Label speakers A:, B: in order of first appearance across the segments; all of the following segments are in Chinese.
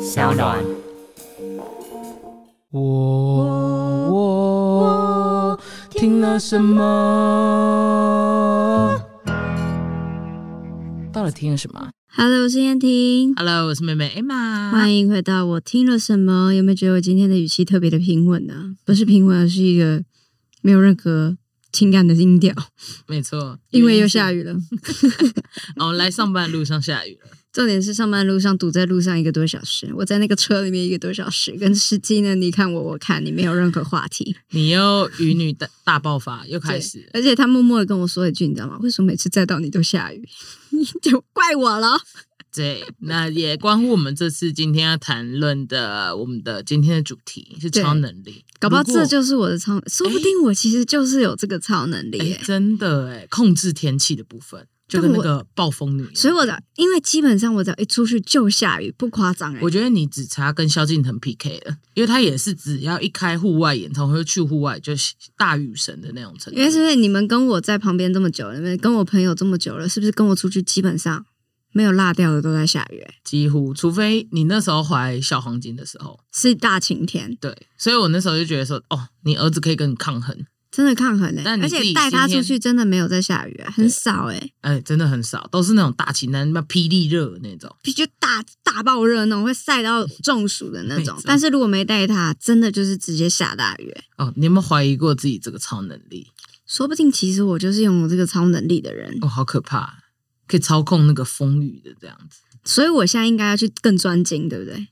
A: 小暖。
B: 我我听了什么？到底听了什么啊？
C: Hello，我是燕婷，
D: Hello，我是妹妹 Emma。
C: 欢迎回到我听了什么？有没有觉得我今天的语气特别的平稳呢？不是平稳，而是一个没有任何情感的音调，
D: 没错，
C: 因为又下雨了。
D: 哦，来上班路上下雨了。
C: 重点是上班路上堵在路上一个多小时，我在那个车里面一个多小时，跟司机呢你看我我看你，没有任何话题。
D: 你又与女大大爆发，又开
C: 对
D: 始了。
C: 而且他默默的跟我说一句，你知道吗？为什么每次载到你都下雨？ 就怪我了。
D: 对，那也关乎我们这次今天要谈论的我们的今天的主题是
C: 对
D: 超能力。
C: 搞不好
D: 如果
C: 这就是我的超，说不定我其实就是有这个超能力、
D: 哎、
C: 耶。
D: 真的哎，控制天气的部分，就跟那个暴风女一样。
C: 所以我的，因为基本上我只要一出去就下雨，不夸张哎、
D: 我觉得你只差跟萧敬腾 PK 了，因为他也是只要一开户外演唱会就去户外就是大雨神的那种程度。
C: 因为是不是你们跟我在旁边这么久了，你们跟我朋友这么久了，是不是跟我出去基本上没有落掉的都在下雨、欸？
D: 几乎，除非你那时候怀小黄金的时候，
C: 是大晴天，
D: 对，所以我那时候就觉得说，哦，你儿子可以跟你抗衡，
C: 真的抗衡哎、
D: 但你
C: 而
D: 自
C: 且
D: 己
C: 带他
D: 今
C: 出去
D: 天
C: 真的没有在下雨、欸，很少哎、
D: 哎，真的很少，都是那种大晴天、那霹雳热的那种，
C: 就大大爆热那种，会晒到中暑的那种
D: 没错。
C: 但是如果没带他，真的就是直接下大雨、欸。
D: 哦，你有没有怀疑过自己这个超能力？
C: 说不定其实我就是拥有这个超能力的人，
D: 哦，好可怕，可以操控那个风雨的这样子，
C: 所以我现在应该要去更专精，对不对？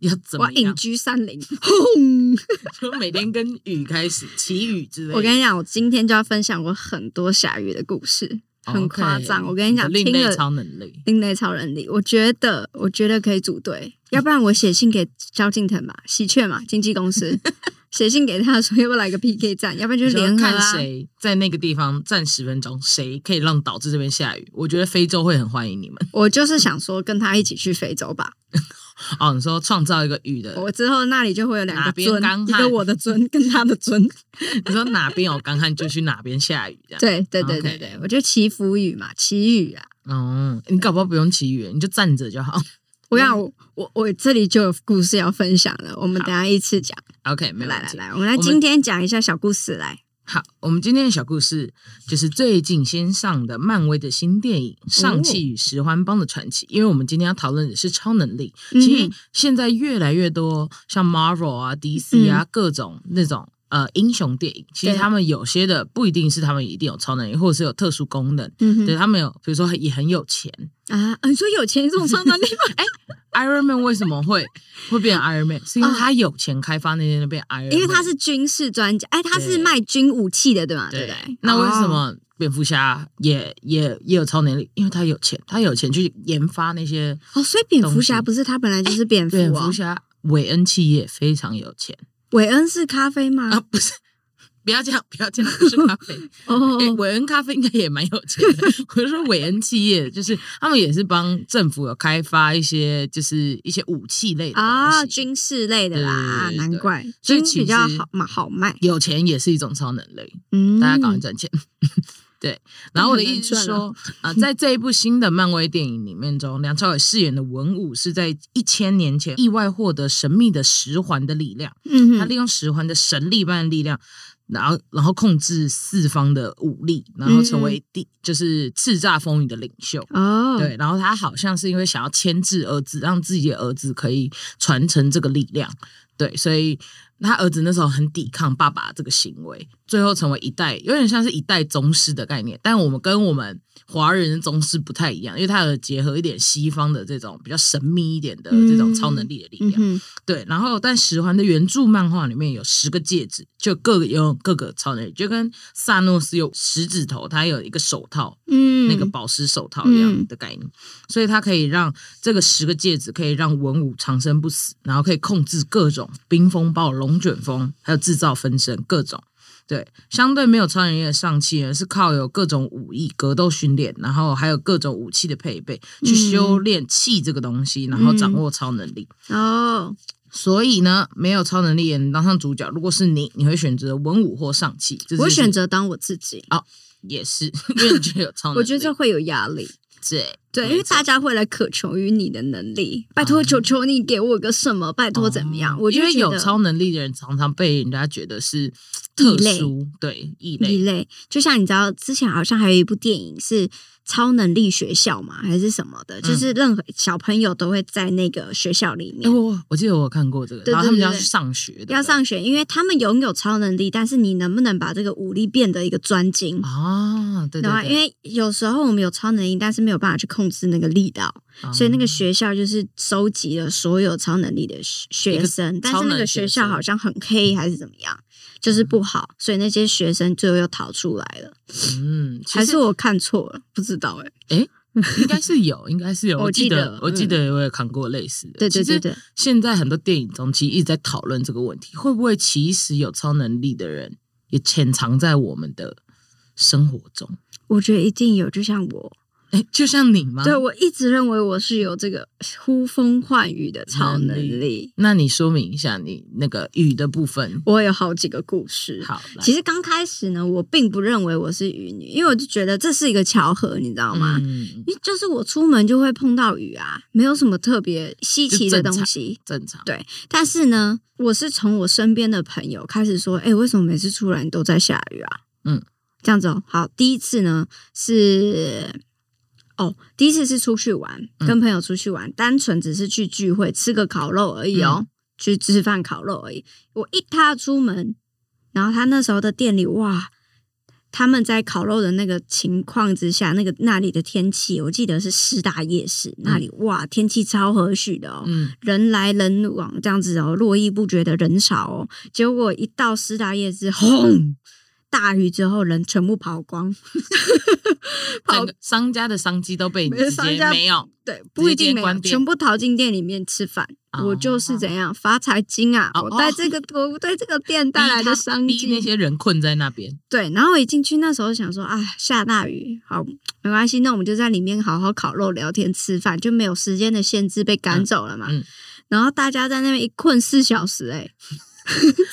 D: 要怎
C: 我要
D: 么
C: 隐
D: 样？
C: 居山 林，轰！
D: 就 每天跟雨开始起雨之类的。
C: 我跟你讲，我今天就要分享我很多下雨的故事，
D: 嗯
C: 很夸张。
D: OK，
C: 我跟你讲，
D: 哦的另
C: 听
D: 类
C: 了
D: 超能力，
C: 另类超能力，我觉得，我觉得可以组队，要不然我写信给萧敬腾吧，喜鹊嘛，经纪公 司，写信给他说要不要来个 PK 战，要不然就是联合
D: 看
C: 啊。
D: 谁在那个地方站十分钟，谁可以让导致这边下雨。我觉得非洲会很欢迎你们。
C: 我就是想说跟他一起去非洲吧，
D: 哦，你说创造一个雨的，
C: 我之后那里就会有两个
D: 呃哪边
C: 尊
D: 干，
C: 一
D: 旱
C: 个我的尊跟他的 尊。
D: 你说哪边有干旱就去哪边下雨，这 样。
C: 对对对对
D: OK
C: 对，我就祈福雨嘛，祈雨啊。
D: 哦，你搞不好不用祈雨，你就站着就好。
C: 我跟你讲，
D: 嗯
C: 我我我这里就有故事要分享了，我们等一下依次讲。
D: OK，没
C: 来
D: 问
C: 来
D: 题。
C: 来，我们来
D: 我们
C: 今天讲一下小故事来。
D: 好，我们今天的小故事就是最近先上的漫威的新电
C: 哦
D: 影《上汽与十环帮的传奇》，因为我们今天要讨论的是超能力。其实
C: 嗯哼
D: 现在越来越多像 Marvel 啊、DC 啊、各种那种呃英雄电影，其
C: 嗯
D: 实
C: 对
D: 他们有些的不一定是他们一定有超能力，或者是有特殊功能。
C: 嗯
D: 对
C: 哼
D: 他们有，比如说也很有钱。
C: 啊，你说有钱这种超能 力吗？
D: 哎 Iron Man 为什么会会变 Iron Man？是因为
C: 啊
D: 他有钱开发那些就变 Iron Man，
C: 因为他是军事专家，哎，他是
D: 对
C: 卖军武器的，对吗？对
D: 对
C: 不对？
D: 那为什
C: 哦？
D: 么蝙蝠侠也也也有超能力？因为他有钱，他有钱去研发那些
C: 哦，所以蝙蝠侠
D: 东西哎
C: 不是他本来就是蝙蝠
D: 蝙
C: 哦
D: 蝠，侠。韦恩企业非常有钱
C: 韦恩是咖啡吗
D: 啊，？不是。不要这样，不要这样，不是咖啡。
C: 哦
D: 诶
C: 哦，
D: 哎韦、恩咖啡应该也蛮有钱的。 我是说韦恩企业，就是他们也是帮政府有开发一些，就是一些武器类的
C: 啊，
D: 东西。
C: 军事类的啦，啊
D: 对对对
C: 难怪，
D: 所以
C: 军
D: 其
C: 比较
D: 实
C: 好嘛，好卖。
D: 有钱也是一种超能力。
C: 嗯，
D: 大家赶快赚钱。 对，然后我的意思是
C: 当然
D: 说，啊、在这一部新的漫威电影里面中，梁朝伟饰演的文武是在一千年前意外获得神秘的十环的力量，
C: 嗯
D: 他
C: 哼
D: 利用十环的神力般的力量，然后然后控制四方的武力，然
C: 嗯
D: 后成为第、就是叱咤风云的领袖。
C: 哦，
D: 对，然后他好像是因为想要牵制儿子，让自己的儿子可以传承这个力量，对，所以他儿子那时候很抵抗爸爸这个行为，最后成为一代有点像是一代宗师的概念，但我们跟我们华人的宗师不太一样，因为他有结合一点西方的这种比较神秘一点的这种超能力的力
C: 嗯
D: 量，
C: 哼，
D: 对，然后但十环的原著漫画里面有十个戒指，就各个有各个超能力，就跟萨诺斯有十指头，他有一个手套，
C: 嗯，
D: 那个宝石手套一样
C: 嗯
D: 的概念，所以它可以让这个十个戒指可以让文武长生不死，然后可以控制各种冰风暴、龙卷风，还有制造分身各种。对，相对没有超能力的上气人是靠有各种武艺、格斗训练，然后还有各种武器的配备
C: 嗯
D: 去修炼气这个东西，然后掌握超能力。
C: 哦，
D: 所以呢，没有超能力也能当上主角。如果是你，你会选择文武或上气？这
C: 我
D: 是
C: 选择当我自己，
D: 也是，因为你觉得有超能力。
C: 我觉得这会有压力。
D: 对
C: 对，因为
D: 没错
C: 大家会来渴求于你的能力，拜托，
D: 嗯
C: 求求你给我个什么，拜托怎么样？
D: 哦
C: 我就
D: 因为
C: 觉
D: 有
C: 得
D: 超能力的人常常被人家觉得是特
C: 类
D: 殊，对异
C: 一
D: 类，
C: 类，就像你知道，之前好像还有一部电影是《超能力学校》嘛，还是什么的，就是
D: 嗯
C: 任何小朋友都会在那个学校里
D: 哎
C: 面。
D: 我我记得我有看过这个，
C: 对
D: 然后他
C: 对
D: 们
C: 对
D: 要
C: 对
D: 去上学的，
C: 要上学，因为他们拥有超能力，但是你能不能把这个武力变得一个专精？
D: 啊，对
C: 对吧？
D: 对，
C: 因为有时候我们有超能力，但是没有办法去控制那个力道，
D: 为
C: 所以那个学校就是收集了所有超能力的学
D: 一
C: 学
D: 个
C: 生，但
D: 超
C: 是那
D: 能
C: 个
D: 学
C: 学校
D: 生嗯
C: 好像很黑还是怎么样，就是不好，所以那些学生最后又逃出来了。
D: 嗯，其
C: 还
D: 实
C: 是我看错了，不知道哎、
D: 应该是有，应该是 有。
C: 我
D: 我
C: 记
D: 记
C: 得
D: 得，我记
C: 嗯
D: 得我也看过类似的。
C: 对对
D: 其实
C: 对对
D: 现在很多电影中其实一直在讨论这个问题，会不会其实有超能力的人也潜藏在我们的生活中？
C: 我觉得一定有，就像我，
D: 哎，就像你吗？
C: 对我一直认为我是有这个呼风唤雨的超能
D: 能
C: 力。
D: 那你说明一下你那个雨的部分。
C: 我有好几个故事。
D: 好，来
C: 其实刚开始呢，我并不认为我是雨女，因为我就觉得这是一个巧合，你知道吗？
D: 嗯，
C: 因为就是我出门就会碰到雨啊，没有什么特别稀奇的
D: 就正常
C: 东西。
D: 正常。
C: 对但是呢，我是从我身边的朋友开始说，哎、为什么每次出来你都在下雨啊？
D: 嗯，
C: 这样子哦。好，第一次呢是，哦，第一次是出去玩，
D: 嗯
C: 跟朋友出去玩，单纯只是去聚会吃个烤肉而已哦，
D: 嗯
C: 去吃饭烤肉而已。我一踏出门，然后他那时候的店里哇。他们在烤肉的那个情况之下，那个那里的天气，我记得是师大夜市那里，哇，天气超和煦的哦。
D: 嗯，
C: 人来人往这样子哦，络绎不绝的人潮哦。结果一到师大夜市，
D: 嗯
C: 轰！大雨之后，人全部跑 光，
D: 整个商家的商机都被 你
C: 没有
D: 直
C: 商
D: 接
C: 家
D: 没有
C: 对，不一
D: 直接
C: 定没有，
D: 关店
C: 全部逃进店里面吃饭。
D: 哦
C: 我就是怎样发财金啊！
D: 哦
C: 我带这个， 我对这个店带来的
D: 逼他
C: 商
D: 逼那
C: 机。
D: 些人困在那 边。
C: 对，然后我一进去那时候想说，啊，下大雨，好，没关系，那我们就在里面好好烤肉、聊天、吃饭，就没有时间的限制，被赶走了嘛。
D: 嗯嗯
C: 然后大家在那边一困四小时、欸，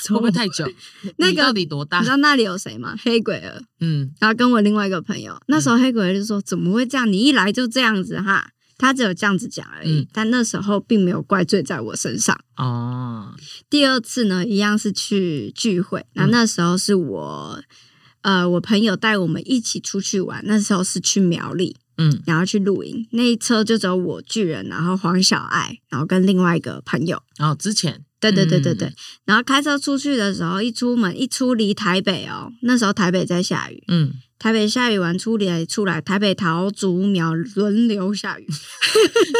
D: 会不会太久？
C: 那
D: 你
C: 个
D: 到底多大
C: 你知？道那里有谁 吗？黑鬼儿，
D: 嗯，
C: 然后跟我另外一个朋友，那时候黑鬼儿就说：“怎么会这样？你一来就这样子哈。”他只有这样子讲而已，
D: 嗯
C: 但那时候并没有怪罪在我身上。
D: 哦，
C: 第二次呢，一样是去聚会，那
D: 嗯
C: 那时候是我，呃，我朋友带我们一起出去玩，那时候是去苗栗，
D: 嗯
C: 然后去露营，那一车就只有我巨人，然后黄小爱，然后跟另外一个朋友，
D: 然后哦之前，
C: 对对对对
D: 嗯
C: 对。然后开车出去的时候，一出门一出离台北哦，那时候台北在下雨，
D: 嗯，
C: 台北下雨完出来出来，台北桃竹苗轮流下雨，
D: 嗯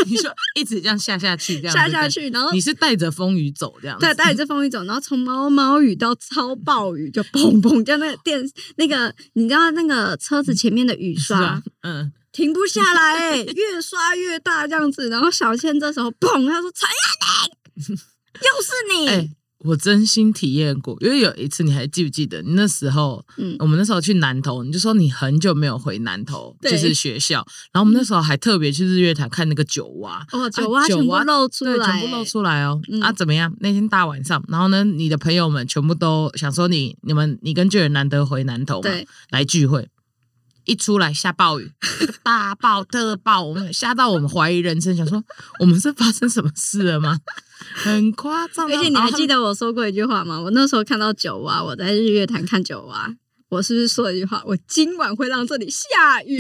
D: 你说一直这样下下去，这样
C: 下
D: 子
C: 下
D: 感，
C: 去，然后
D: 你是带着风雨走这样子，
C: 对，带着这风雨走，然后从毛毛雨到超暴雨，就砰砰，就那个电那个，你知道那个车子前面的雨
D: 是
C: 刷？
D: 吧嗯，
C: 停不下来、欸，越刷越大这样子，然后小倩这时候砰，她说 陈亚宁，又
D: 哎、
C: 是你，
D: 我真心体验过，因为有一次你还记不记得？你那时候，
C: 嗯
D: 我们那时候去南投，你就说你很久没有回南投，
C: 对
D: 就是学校。然后我们那时候还特别去日月潭看那个九蛙，
C: 哦，酒蛙
D: 啊
C: 全
D: 酒
C: 部
D: 蛙
C: 露出
D: 对，
C: 来、
D: 全部露出来哦。
C: 嗯
D: 啊，怎么样？那天大晚上，然后呢，你的朋友们全部都想说你、你们、你跟巨人难得回南投嘛
C: 对，
D: 来聚会。一出来下 暴雨，那个大暴特暴，我们吓到我们怀疑人生，想说我们是发生什么事了吗？很夸张啊，
C: 而且你还记
D: 得
C: 得我说过一句话吗？我那时候看到九蛙，我在日月潭看九蛙，我是不是说了一句话？我今晚会让这里下 雨。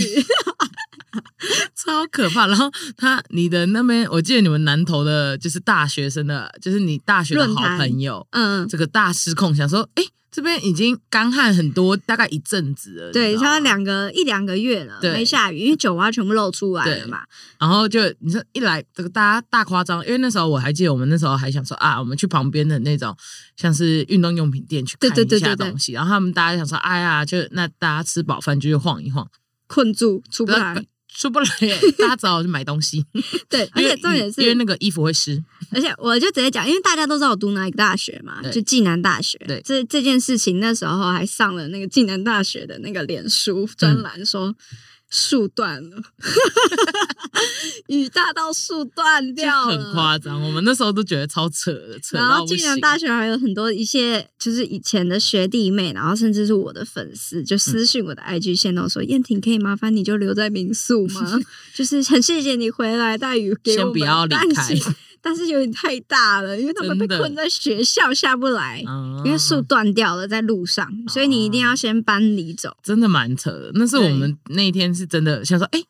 D: 超可怕。然后他你的那边，我记得你们南投的，就是大学生的，就是你大学的
C: 论
D: 好
C: 坛
D: 朋友，
C: 嗯，
D: 这个大失控，想说，哎、这边已经干旱很多，大概一阵子了，你
C: 对，
D: 知道吗
C: 差不多两个一两个月了，
D: 对
C: 没下雨，因为九蛙全部露出来了嘛。
D: 然后就你说一来这个大家大夸张，因为那时候我还记得我们那时候还想说啊，我们去旁边的那种像是运动用品店去看
C: 对对
D: 一
C: 对
D: 下
C: 对对
D: 东西，然后他们大家想说，哎呀，就那大家吃饱饭就去晃 一晃，
C: 困住出不来，
D: 出不来耶，大家只好去买东西，
C: 对，而
D: 因为
C: 且重点
D: 因为
C: 是，
D: 那个衣服会湿，
C: 而且我就直接讲，因为大家都知道我读哪一个大学嘛，
D: 对
C: 就暨南大学。
D: 对
C: 这
D: 嗯
C: 这件事情那时候还上了那个暨南大学的那个脸书专栏说。树断 了，雨大到树断
D: 就
C: 掉了，
D: 很夸张。我们那时候都觉得超扯的，扯
C: 然
D: 到
C: 后
D: 不
C: 竟
D: 行
C: 然。大学还有很多一些就是以前的学弟妹，然后甚至是我的粉丝，就
D: 嗯
C: 私信我的 IG 线都说：“燕婷，可以麻烦你就留在民宿吗？ 就是很谢谢你回来带雨给我
D: 先
C: 们，
D: 不要离开
C: 但 是但是有点太大了，因为他们被
D: 真的
C: 困在学校下不来。”
D: 啊
C: 因为树断掉了，在路上，所以你一定要先搬离走。
D: 真的蛮扯的。那是我们那一天是真的想说，哎、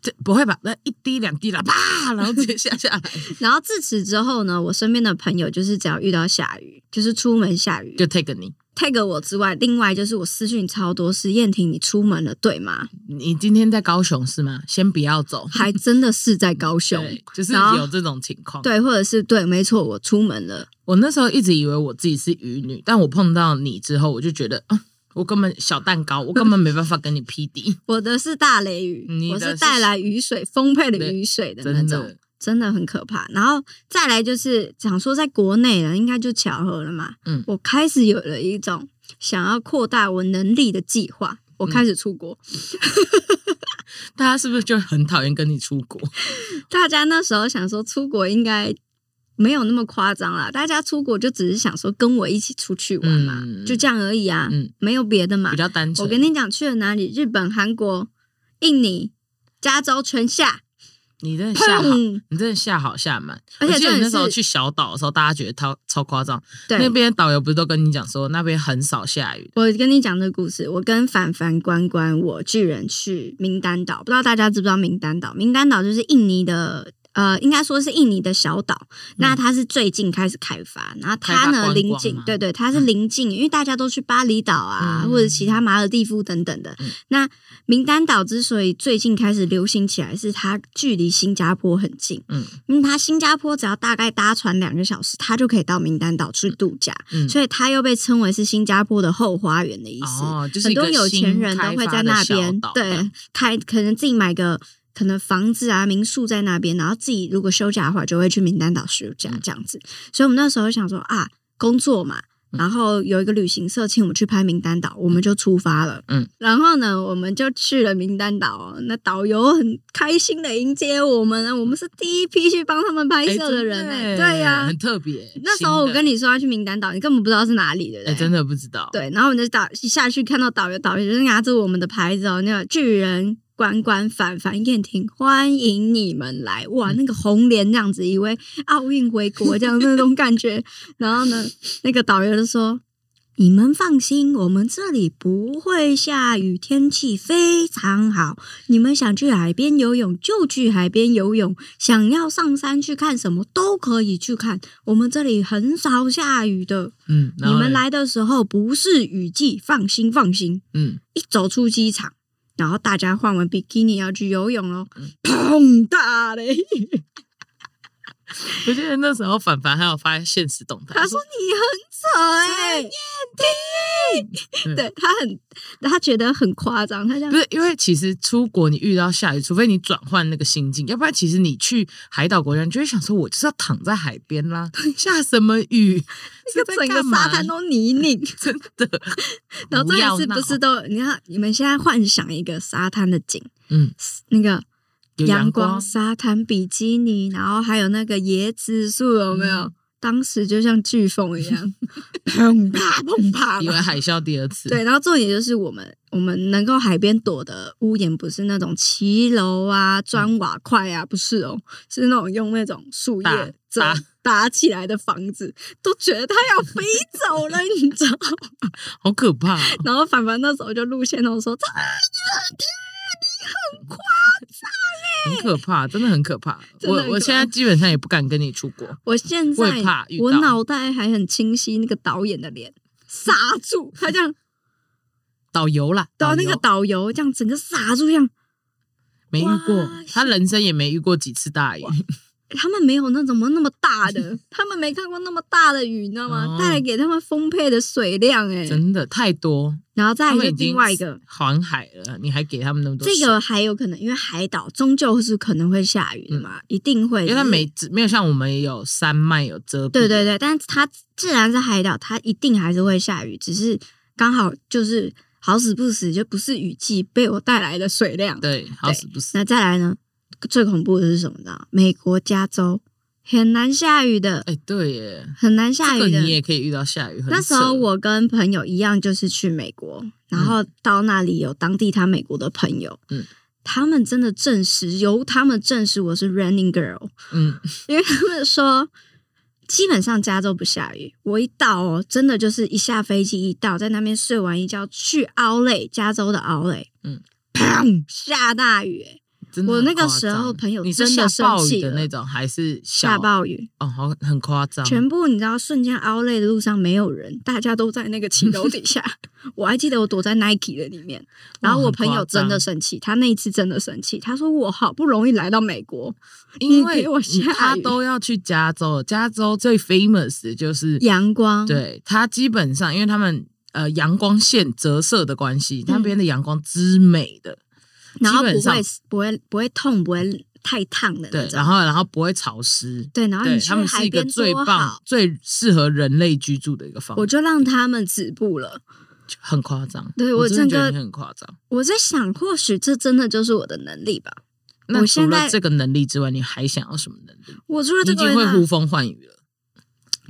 D: 这不会吧？那一滴两滴啦，啪，然后直接下下来，
C: 然后自此之后呢，我身边的朋友就是只要遇到下雨，就是出门下雨，
D: 就 take 你。
C: tag 我之外，另外就是我私讯超多是燕婷，你出门了对吗？
D: 你今天在高雄是吗？先不 要走，
C: 还真的是在高雄，
D: 对，就是
C: 然后
D: 有这种情况。
C: 对，或者是对，没错，我出门了，
D: 我那时候一直以为我自己是鱼女，但我碰到你之后，我就觉得，啊，我根本小蛋糕，我根本没办法跟你匹敌，
C: 我的是大雷雨，
D: 你
C: 我
D: 的
C: 是
D: 是
C: 带来雨水丰沛的
D: 对
C: 雨水的那
D: 真
C: 种
D: 的。。
C: 真的很可怕，然后再来就是想说，在国内了，应该就巧合了嘛。
D: 嗯
C: 我开始有了一种想要扩大我能力的计划，我
D: 嗯
C: 开始出国。
D: 大家是不是就很讨厌跟你出国？
C: 大家那时候想说出国应该没有那么夸张啦，大家出国就只是想说跟我一起出去玩嘛，
D: 嗯
C: 就这样而已啊，
D: 嗯
C: 没有别的嘛
D: 比。较单纯。
C: 我跟你讲去了哪里，日本、韩国、印尼、加州全下，
D: 你真的下好，
C: 砰！
D: 你真的下好下满。
C: 而且
D: 我记
C: 重
D: 得
C: 点
D: 你那时候
C: 是
D: 去小岛的时候，大家觉得超超夸张。那
C: 对。
D: 边导游不是都跟你讲说那边很少下雨？
C: 我跟你讲这个故事，我跟凡凡、关关，我巨人去名丹岛，不知道大家知不知道名丹岛？名丹岛就是印尼的，呃，应该说是印尼的小岛。
D: 嗯
C: 那它是最近开始开发，然后它
D: 开发观
C: 呢
D: 光
C: 临近
D: 嘛，
C: 对对，它是临近，因为大家都去巴厘岛啊，
D: 嗯
C: 或者其他马尔蒂夫等等的。
D: 嗯
C: 那名丹岛之所以最近开始流行起来，是它距离新加坡很近。
D: 嗯
C: 因为它新加坡只要大概搭船两个小时，它就可以到名丹岛去度假，
D: 嗯，
C: 所以它又被称为是新加坡的后花园的意思。
D: 哦，就是
C: 很
D: 一个
C: 多有钱人都会在那边
D: 新开发的小岛
C: 对开，可能自己买个可能房子啊民宿在那边，然后自己如果休假的话，就会去名丹岛休假
D: 嗯
C: 这样子。所以我们那时候想说啊，工作嘛。
D: 嗯
C: 然后有一个旅行社请我们去拍名丹岛，我们就出发了。
D: 嗯，
C: 然后呢，我们就去了名丹岛哦。那导游很开心的迎接我们，啊我们是第一批去帮他们拍
D: 哎
C: 摄的人
D: 真
C: 呢、
D: 的耶
C: 对呀、
D: 很特别。
C: 那时候我跟
D: 你，
C: 你说要去名丹岛，你根本不知道是哪里，对不对？
D: 哎，真的不知道。，
C: 对，然后我们就导一下去看到导游，导游就是拿着我们的牌子哦，那个巨人关关反反燕婷，欢迎你们来！哇，那个红莲这样子，以为奥运回国这样那种感觉。然后呢，那个导游就说。你们放心，我们这里不会下雨，天气非常好。你们想去海边游泳就去海边游泳，想要上山去看什么都可以去看。我们这里很少下雨的。
D: 嗯，然
C: 你
D: 后
C: 们
D: 嘞，
C: 来的时候不是雨季，放心放心。
D: 嗯，
C: 一走出机场，然后大家换完比基尼要去游泳喽
D: 嗯，
C: 砰大 雷！
D: 我记得那时候凡凡还有发现实动态，
C: 他说你很扯哎、
D: 嗯
C: 对他很，他觉得很夸张，他这样
D: 不是，因为其实出国你遇到下雨，除非你转换那个心境，要不然其实你去海岛国家，你就会想说，我就是要躺在海边啦，下什么 雨？
C: 就
D: 这在
C: 整个
D: 干嘛
C: 沙滩都泥 泞。
D: 真的，
C: 然后这一
D: 要
C: 次
D: 闹
C: 不是都，你看你们现在幻想一个沙滩的景，
D: 嗯，
C: 那个
D: 有
C: 阳
D: 阳
C: 光、
D: 光，
C: 沙滩、比基尼，然后还有那个椰子树，有没有？
D: 嗯
C: 当时就像飓风一样， 啊砰啪砰啪
D: 以为
C: 的。
D: 海啸第二次，
C: 对，然后重点就是我们我们能够海边躲的屋檐不是那种骑楼啊、砖瓦块啊，不是哦，是那种用那种树
D: 搭
C: 叶遮
D: 搭
C: 搭起来的房子，都觉得它要飞走了，你知道吗？
D: 好可怕哦、
C: 然后凡凡那时候就路线都说，这
D: 很可怕，真的很可怕。
C: 真的很可怕
D: 我我现在基本上也不敢跟你出国，
C: 我现在
D: 我也怕遇到
C: 我脑袋还很清晰那个导演的脸，傻住，他这样，
D: 导游啦，
C: 然后啊
D: 导
C: 那个
D: 游
C: 导游这样整个傻住，这样
D: 没遇过
C: 哇，
D: 他人生也没遇过几次大雨，
C: 他们没有那怎么那么大 的，他们没看过那么大的雨，你知道吗？
D: 哦
C: 带来给他们丰沛的水量、哎，
D: 真的太多。
C: 然后再
D: 他
C: 来
D: 们
C: 就
D: 已经
C: 另外一个。
D: 环海了，你还给他们那么多
C: 这
D: 水
C: 个还有可能，因为海岛终究是可能会下雨的嘛，一定会。
D: 嗯因为它
C: 只是
D: 没只没有像我们有山脉有遮蔽，
C: 对对对，但是它既然是海岛，它一定还是会下雨，只是刚好就是好死不死就不是雨季被我带来的水量。
D: 对，好死不死，
C: 那再来呢？最恐怖的是什么呢？美国加州很难下雨的，
D: 哎、对耶，
C: 很难下
D: 这
C: 雨
D: 个
C: 的。
D: 你也可以遇到下雨，很
C: 那时候
D: 扯
C: 我跟朋友一样，就是去美国，然后到那里有当地他美国的朋友，
D: 嗯，
C: 他们真的证实，由他们证实我是 Running Girl，
D: 嗯，
C: 因为他们说基本上加州不下雨。我一到哦，真的就是一下飞机一到，在那边睡完一觉，去奥累，加州的奥累，
D: 嗯，
C: 砰，下大雨、欸
D: 真的
C: 我
D: 很
C: 那个
D: 夸
C: 时候
D: 张
C: 朋友
D: 你是
C: 真的
D: 下暴
C: 生
D: 雨
C: 气
D: 的
C: 了
D: 那种，还是
C: 下
D: 下
C: 暴雨，
D: 哦，好很夸张，
C: 全部你知道，瞬间凹累的路上没有人，大家都在那个骑楼底下。 我还记得我躲在 Nike 的里面，然后我朋友真的生气，他那一次真的生气，他说我好不容易来到美国，
D: 因
C: 你
D: 为
C: 给我下雨
D: 他都要去加州了，加州最 famous 的就是
C: 阳光，
D: 对它基本上，因为他们呃阳光线折射的关系，
C: 嗯
D: 那边的阳光之美的，
C: 然后不
D: 基本
C: 会不会不会痛，不会太烫的那
D: 对，
C: 种。
D: 然后然后不会潮湿，
C: 对，然后
D: 对
C: 啊你去
D: 他们是
C: 海
D: 一个
C: 边
D: 最
C: 多
D: 棒
C: 好，、
D: 最适合人类居住的一个方
C: 我
D: 法，
C: 就让他们止步了。
D: 很夸张。
C: 对
D: 我
C: 我
D: 真的觉得
C: 整个
D: 你很夸张。
C: 我在想，或许这真的就是我的能力吧。
D: 那
C: 我
D: 除
C: 现
D: 了
C: 在
D: 这个能力之外，你还想要什么能力？
C: 我除了
D: 你
C: 这
D: 已
C: 个
D: 经
C: 人
D: 会
C: 啊
D: 呼风唤雨了，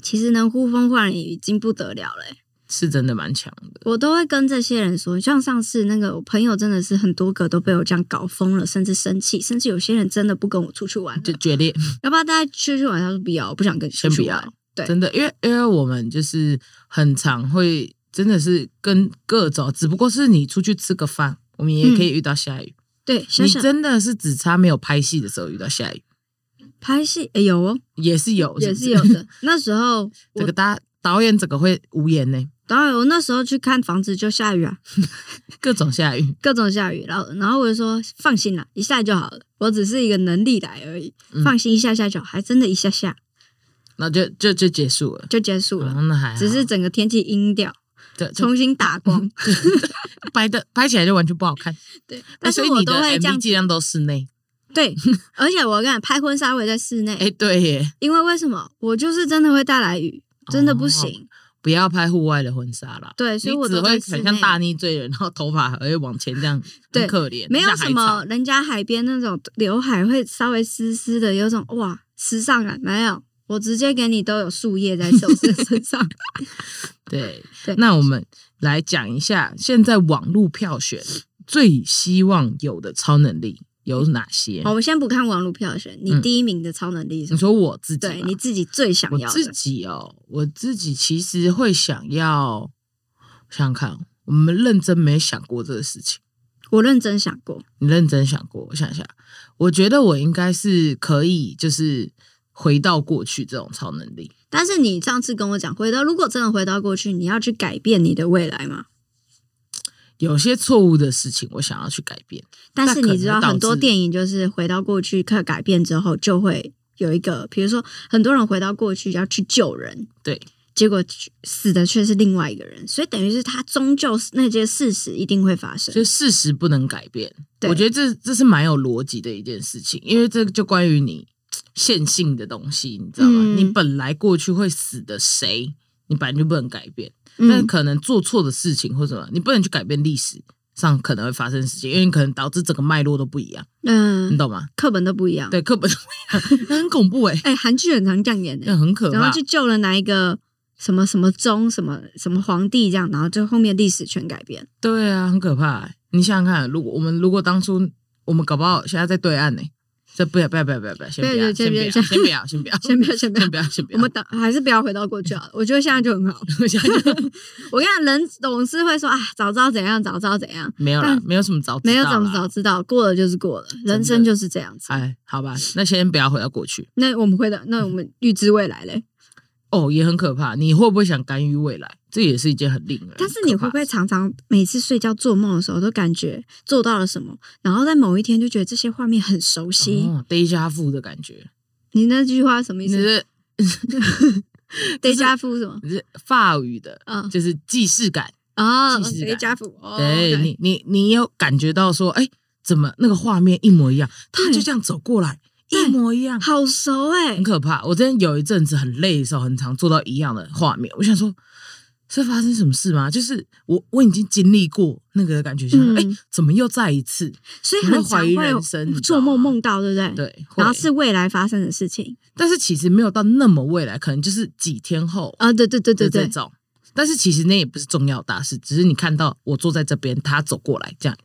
C: 其实能呼风唤雨已经不得了了欸、
D: 是真的蛮强的。
C: 我都会跟这些人说，像上次那个我朋友真的是很多个都被我这样搞疯了，甚至生气，甚至有些人真的不跟我出去玩了
D: 就决裂，
C: 要不要大家出去玩？他说不要，我不想跟你出
D: 先不
C: 去
D: 要
C: 玩。对
D: 真的，因为因为我们就是很常会，真的是跟各种，只不过是你出去吃个饭，我们也可
C: 嗯
D: 以遇到下雨。
C: 对，想
D: 你
C: 想
D: 真的是只差没有拍戏的时候遇到下雨，
C: 拍戏、哎有哦，
D: 也是有，
C: 也
D: 不
C: 是有。的。那时候
D: 这个
C: 我
D: 大导演整个会无言呢、
C: 当然我那时候去看房子就下雨啊，
D: 各种下雨。
C: 各种下雨，然后然后我就说放心啦，一下就好了，我只是一个能力来而已，
D: 嗯
C: 放心一下下就好，还真的一下下
D: 那就就就结束了。
C: 就结束了，
D: 哦、那还好
C: 只是整个天气阴掉，
D: 对，就
C: 重新打光。
D: 拍的拍起来就完全不好看。
C: 对，
D: 那
C: 但是
D: 哎所以
C: 我
D: 你的
C: 都会这
D: MV
C: 样
D: 尽量都室内。
C: 对， 而且我跟你讲拍婚纱我也在室内，
D: 哎、对耶，
C: 因为为什么？我就是真的会带来雨，真的不行。
D: 不要拍户外的婚纱啦。
C: 对，所以
D: 哦你
C: 我
D: 只
C: 都
D: 会
C: 在室
D: 很
C: 内。
D: 像大逆罪人，然后头发还会往前这样，很
C: 对
D: 可怜，
C: 没有
D: 像海
C: 什
D: 草
C: 么，人家海边那种刘海会稍微湿湿的，有种哇时尚感没有。我直接给你都有树叶在手身身 上，
D: 对，
C: 对
D: 那我们来讲一下，现在网络票选最希望有的超能力有哪些？
C: 好，我们先不看网络票选，你
D: 嗯
C: 第一名的超能力是什
D: 你
C: 么？
D: 说我自己吧，
C: 对你自己最想
D: 我
C: 要
D: 自
C: 的，
D: 己哦，我自己其实会想要，想想看哦，我们认真没想过这个事情。
C: 我认真想过，
D: 你认真想过？我想一下，我觉得我应该是可以，就是回到过去这种超能力。
C: 但是你上次跟我讲，回到如果真的回到过去，你要去改变你的未来吗？
D: 有些错误的事情，我想要去改变。
C: 但是你知道，
D: 那可能会导致
C: 很多电影就是回到过去，看改变之后就会有一个，比如说很多人回到过去要去救人，
D: 对，
C: 结果死的却是另外一个人，所以等于是他终究是那些事实一定会发生
D: 就。事实不能改变。
C: 对
D: 我觉得这这是蛮有逻辑的一件事情，因为这就关于你线性的东西，你知道吗？
C: 嗯
D: 你本来过去会死的谁，你本来就不能改变，但
C: 嗯，
D: 可能做错的事情或什么，你不能去改变历史上可能会发生的事情，因为你可能导致整个脉络都不一样，
C: 嗯、
D: 你懂吗？
C: 课本都不一样。，
D: 对，课本都不一 样，那很恐怖哎、
C: 哎，韩剧很常这样演
D: 那
C: 的，
D: 很可
C: 然后
D: 怕
C: 去。救了哪一个什么什么宗什么什么皇帝这样，然后就后面历史全改变。
D: 对啊，很可怕、欸。你想想看，如果我们如果当初我们搞不好现在在对岸呢、这不要不要不要不要不要，先不要
C: 对对
D: 先不要
C: 先
D: 先不要先不要
C: 先不要 先不要
D: 先不要先不要，
C: 我们等还是不要回到过去好了，我觉得现在就很好。
D: 我想想
C: 我跟你讲，人总是会说啊，早知道怎样，早知道怎样。
D: 没有啦，没有什么早知道
C: 嗯没有
D: 啦
C: 怎么早知道，过了就是过了，人生就是这样子。
D: 哎，好吧，那先不要回到过去
C: 那我们回到，那我们预知未来嘞？
D: 哦，也很可怕。你会不会想干预未来？这也是一件很令人
C: 但是你
D: 可怕
C: 会不会常常每次睡觉做梦的时候都感觉做到了什么，然后在某一天就觉得这些画面很熟悉？
D: 哦，day 加负的感觉？
C: 你那句话什么意
D: 你
C: 思？
D: 是
C: 得加夫什么？
D: 你是法语的，
C: 嗯
D: 就是既视感。
C: 啊，
D: 既视感
C: 得加夫。哦
D: 对你，你你有感觉到说，哎，怎么那个画面一模一样？他
C: 对
D: 就这样走过来，
C: 对
D: 一模一样，
C: 好熟哎
D: 很，可怕。我之前有一阵子很累的时候，很常做到一样的画面，我想说是发生什么事吗？就是我我已经经历过那个感觉，想说
C: 嗯
D: 哎、怎么又再一次？
C: 所以
D: 你会
C: 很常
D: 怀疑人生你
C: 会
D: 知
C: 做
D: 道
C: 梦
D: 吗
C: 梦到，对不对？。
D: 对，
C: 然后
D: 会
C: 是未来发生的事情
D: 但是其实没有到那么未来，可能就是几天后
C: 啊，对对对对
D: 的这
C: 对，
D: 种。但是其实那也不是重要大事，只是你看到我坐在这边，他走过来这样。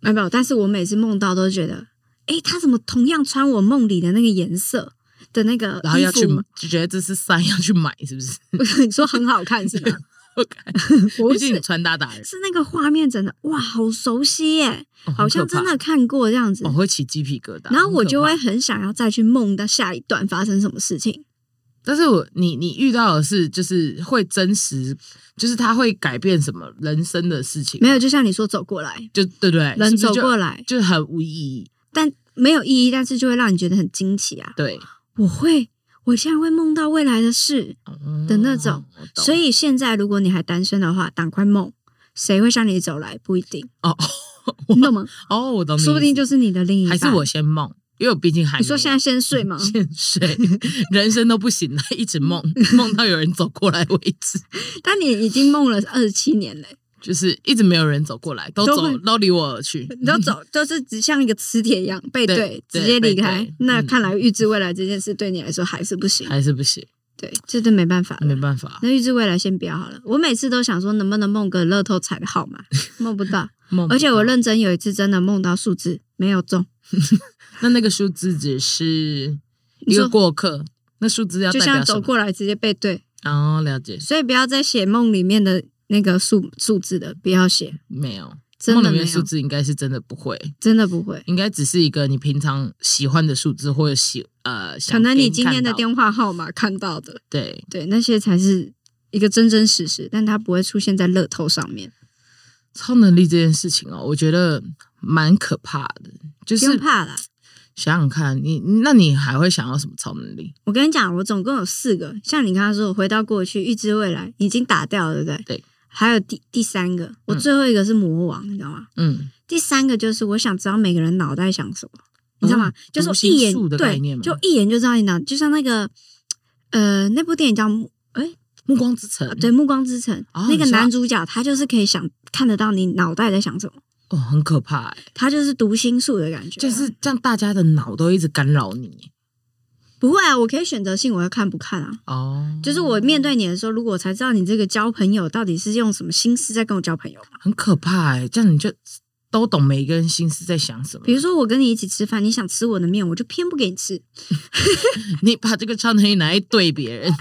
C: 没有没有，但是我每次梦到都觉得，诶，他怎么同样穿我梦里的那个颜色的那个
D: 然后
C: 衣
D: 要去
C: 服？
D: 就觉得这是衫要去买，是不 是
C: 你说很好看是吗？
D: ？OK，
C: 不
D: 毕竟你
C: 是，
D: 穿搭达人，
C: 是那个画面真的哇，好熟悉耶，
D: 哦
C: 好像真的，看过这样子
D: 我、哦、。会起鸡皮疙瘩。
C: 然后我
D: 很可
C: 就
D: 怕
C: 会，很想要再去梦到下一段发生什么事情。
D: 但是我你你遇到的是就是会真实，就是他会改变什么人生的事情吗，
C: 没有，就像你说走过来，
D: 就对不对？
C: 人
D: 哎是不是
C: 走
D: 就
C: 过来，
D: 就很无意义。
C: 但没有意义，但是就会让你觉得很惊奇啊。
D: 对
C: 我会，我竟然会梦到未来的事，的那种，
D: 嗯我懂
C: 所以现在如果你还单身的话，赶快梦，谁会向你走来不一定，
D: 哦
C: 你懂吗？
D: 哦，我懂你意思，
C: 说不定就是你的另一
D: 还
C: 半。
D: 是我先梦，因为我毕竟还
C: 你说
D: 没有
C: 现在先睡吗？
D: 现 睡，人生都不行了，一直梦梦到有人走过来为止，
C: 但你已经梦了二十七年嘞，
D: 就是一直没有人走过来，都
C: 都
D: 走
C: 会
D: 都离我而去。
C: 你 都走，就是只像一个磁铁一样背
D: 嗯对
C: 对，
D: 对
C: 直接离
D: 背
C: 开
D: 对。
C: 那
D: 嗯
C: 看来预知未来这件事对你来说还是不行，
D: 还是不行，
C: 对，这都没办法了
D: 没。办法，
C: 那预知未来先不要好了。我每次都想说，能不能梦个乐透彩的号 码，梦不到。
D: 梦不
C: 而且
D: 到
C: 我认真有一次真的梦到数字没有中，
D: 那那个数字只是
C: 你
D: 一
C: 说
D: 个过客，那数字要代
C: 就
D: 表
C: 像
D: 什
C: 走
D: 么？
C: 过来直接背对，
D: 哦，了解，
C: 所以不要再写梦里面的那个数数字的，不要写，
D: 没有。
C: 真
D: 梦
C: 的
D: 里
C: 没
D: 面数
C: 有，
D: 字应该是真的不会，
C: 真的不会。
D: 应该只是一个你平常喜欢的数字或者喜呃，
C: 可
D: 想
C: 能
D: 给
C: 你今
D: 看
C: 天的
D: 到
C: 电话号码看到的，
D: 对
C: 对，那些才是一个真真实实，但它不会出现在乐透上面。
D: 超能力这件事情哦，我觉得蛮可怕的。就
C: 不
D: 是
C: 用怕啦，
D: 想想看，你那你还会想要什么超能力？
C: 我跟你讲，我总共有四个，像你刚刚说，我回到过去预知未来已经打掉了，对不对？
D: 对。
C: 还有第第三个，我最后一个是魔王，你知道吗？
D: 嗯，
C: 第三个就是我想知道每个人脑袋想什么，你知道吗？
D: 哦
C: 就是
D: 读
C: 我
D: 心
C: 一眼
D: 术的概
C: 对
D: 念，吗
C: 就一眼就知道你脑，就像那个呃那部电影叫《哎、
D: 暮光之城，
C: 对，《暮光之城》
D: 哦
C: 那个
D: 你说
C: 男主角他就是可以想看得到你脑袋在想什么，
D: 哦，很可怕、欸，
C: 他就是读心术的感觉。
D: 就是这样，大家的脑都一直干扰你
C: 不会啊，我可以选择性我要看不看啊。
D: 哦，
C: 就是我面对你的时候，如果我才知道你这个交朋友到底是用什么心思在跟我交朋友嘛。
D: 很可怕、欸，这样你就都懂每一个人心思在想什么。
C: 比如说我跟你一起吃饭，你想吃我的面，我就偏不给你吃。
D: 你把这个超能力拿来对别人，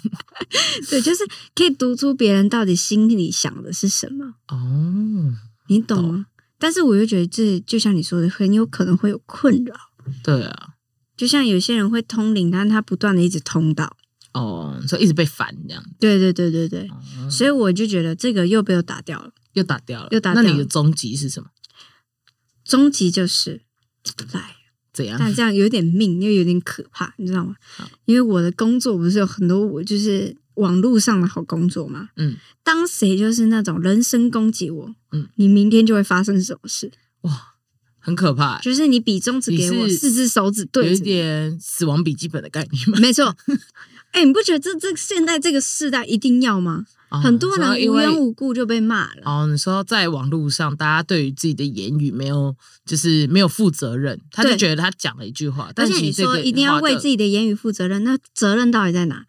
C: 对，就是可以读出别人到底心里想的是什么。
D: 哦，
C: 你懂吗？但是我又觉得这就像你说的，很有可能会有困扰。
D: 对啊，
C: 就像有些人会通灵，但他不断的一直通到。
D: 哦，所以一直被烦这样，
C: 对对对对对，
D: 哦、
C: 所以我就觉得这个又被我打掉了。
D: 又打掉了，
C: 又打掉了
D: 那你的终极是什么？
C: 终极就是，来，
D: 怎样？
C: 但这样有点命，又有点可怕，你知道吗
D: 好？
C: 因为我的工作不是有很多，我就是网络上的好工作嘛。
D: 嗯，
C: 当谁就是那种人身攻击我，
D: 嗯，
C: 你明天就会发生什么事？
D: 哇，很可怕、欸，
C: 就是你比中指
D: 你
C: 给我，
D: 是
C: 四只手指
D: 有
C: 对
D: 一
C: 着你。
D: 点死亡笔记本的概念吗？
C: 没错。哎、你不觉得这这现在这个世代一定要吗？
D: 哦
C: 很多人
D: 说因
C: 无
D: 为
C: 缘无故就被骂了。
D: 哦，你说在网络上，大家对于自己的言语没有，就是没有负责任，他就
C: 对
D: 觉得他讲了一句话，
C: 而
D: 但
C: 且
D: 其
C: 你
D: 实这
C: 说
D: 个
C: 一定要
D: 话
C: 为
D: 的
C: 自己的言语负责任，那责任到底在哪？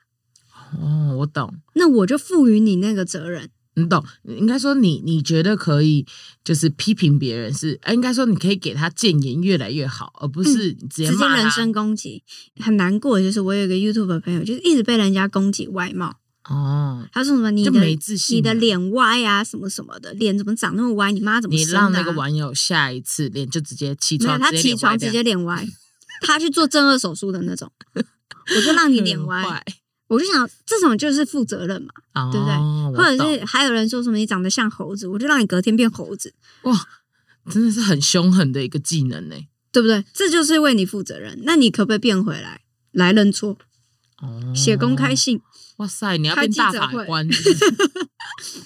D: 哦，我懂，
C: 那我就赋予你那个责任。
D: 你懂，应该说你你觉得可以，就是批评别人是，哎，应该说你可以给他谏言越来越好，而不是直接
C: 嗯直接
D: 骂
C: 人
D: 他。
C: 身攻击，很难过。就是我有一个 YouTube 的朋友，就是一直被人家攻击外貌，
D: 哦，
C: 他说什么你
D: 就
C: 的
D: 没自信啊
C: 你的脸歪啊，什么什么的，脸怎么长那么歪？你妈怎么
D: 你
C: 生的啊、
D: 让那个网友下一次脸就直接起
C: 没有
D: 床，
C: 他
D: 直接
C: 起
D: 脸
C: 床
D: 歪
C: 直
D: 掉
C: 接脸 歪，他去做正颌手术的那种，我就让你脸
D: 很
C: 歪。
D: 坏
C: 我就想这种就是负责任嘛。
D: 哦，
C: 对不对
D: 我
C: 或者
D: 懂
C: 是还有人说什么你长得像猴子，我就让你隔天变猴子，
D: 哇，真的是很凶狠的一个技能呢。
C: 对不对？这就是为你负责任。那你可不可以变回来，来认错，
D: 哦，
C: 写公开信？
D: 哇塞，你要
C: 开
D: 变
C: 记
D: 大
C: 者
D: 法
C: 会
D: 官是不是，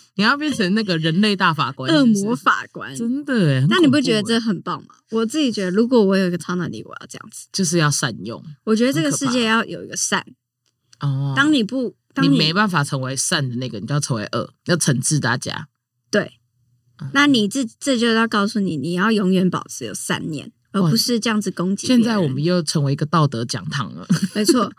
D: 你要变成那个人类大法官，
C: 恶
D: 是不是
C: 魔法官？
D: 真的耶。很
C: 那你不
D: 恐怖欸
C: 觉得
D: 耶
C: 这很棒吗？我自己觉得，如果我有一个超能力，我要这样子。
D: 就是要善用
C: 我觉得这个
D: 很可
C: 世
D: 怕欸
C: 界要有一个善。
D: 哦？
C: 当你不当
D: 你
C: 你
D: 没办法成为善的那个，你就要成为恶，要惩治大家。
C: 对，
D: 嗯
C: 那你这这就要告诉你，你要永远保持有善念，而
D: 哇
C: 不是这样子攻击别
D: 现
C: 人。
D: 在我们又成为一个道德讲堂了，
C: 没错，
D: 哦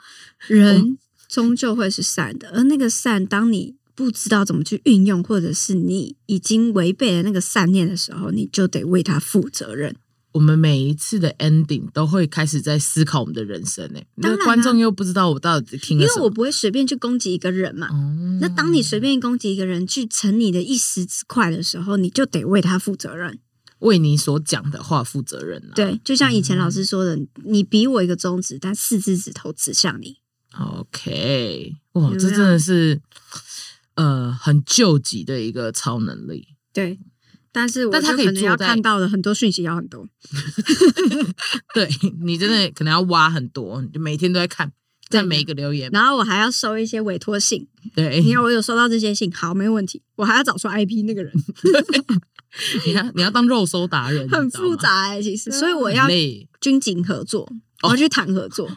C: 人终究会是善的，而那个善，当你不知道怎么去运用，或者是你已经违背了那个善念的时候，你就得为他负责任。
D: 我们每一次的 ending 都会开始在思考我们的人生诶、那
C: 当然啊
D: 观众又不知道我到底听
C: 因
D: 了
C: 为
D: 什
C: 我
D: 么。
C: 不会随便去攻击一个人嘛。
D: 哦
C: 那当你随便攻击一个人，去逞你的一时之快的时候，你就得为他负责任。
D: 为你所讲的话负责任、啊，
C: 对，就像以前老师说的，你比我一个中指，但四只指头指向你。
D: ，OK，哇，
C: 有
D: 这
C: 没有
D: 真的是呃很救急的一个超能力。
C: 对，但是我
D: 但他
C: 就
D: 可以
C: 可能
D: 坐
C: 要
D: 在
C: 看到的很多讯息要很多。
D: 对 你真的可能要挖很多，你就每天都在看，
C: 对
D: 看每一个留言。
C: 然后我还要收一些委托信，
D: 对，
C: 你看我有收到这些信，好，没问题，我还要找出 IP 那个人，
D: 你要你要当肉搜达人，
C: 很
D: 你知道吗啊
C: 复，杂、欸、其实，所以我
D: 很
C: 要
D: 累，哦
C: 军警合作，我要去谈合 作，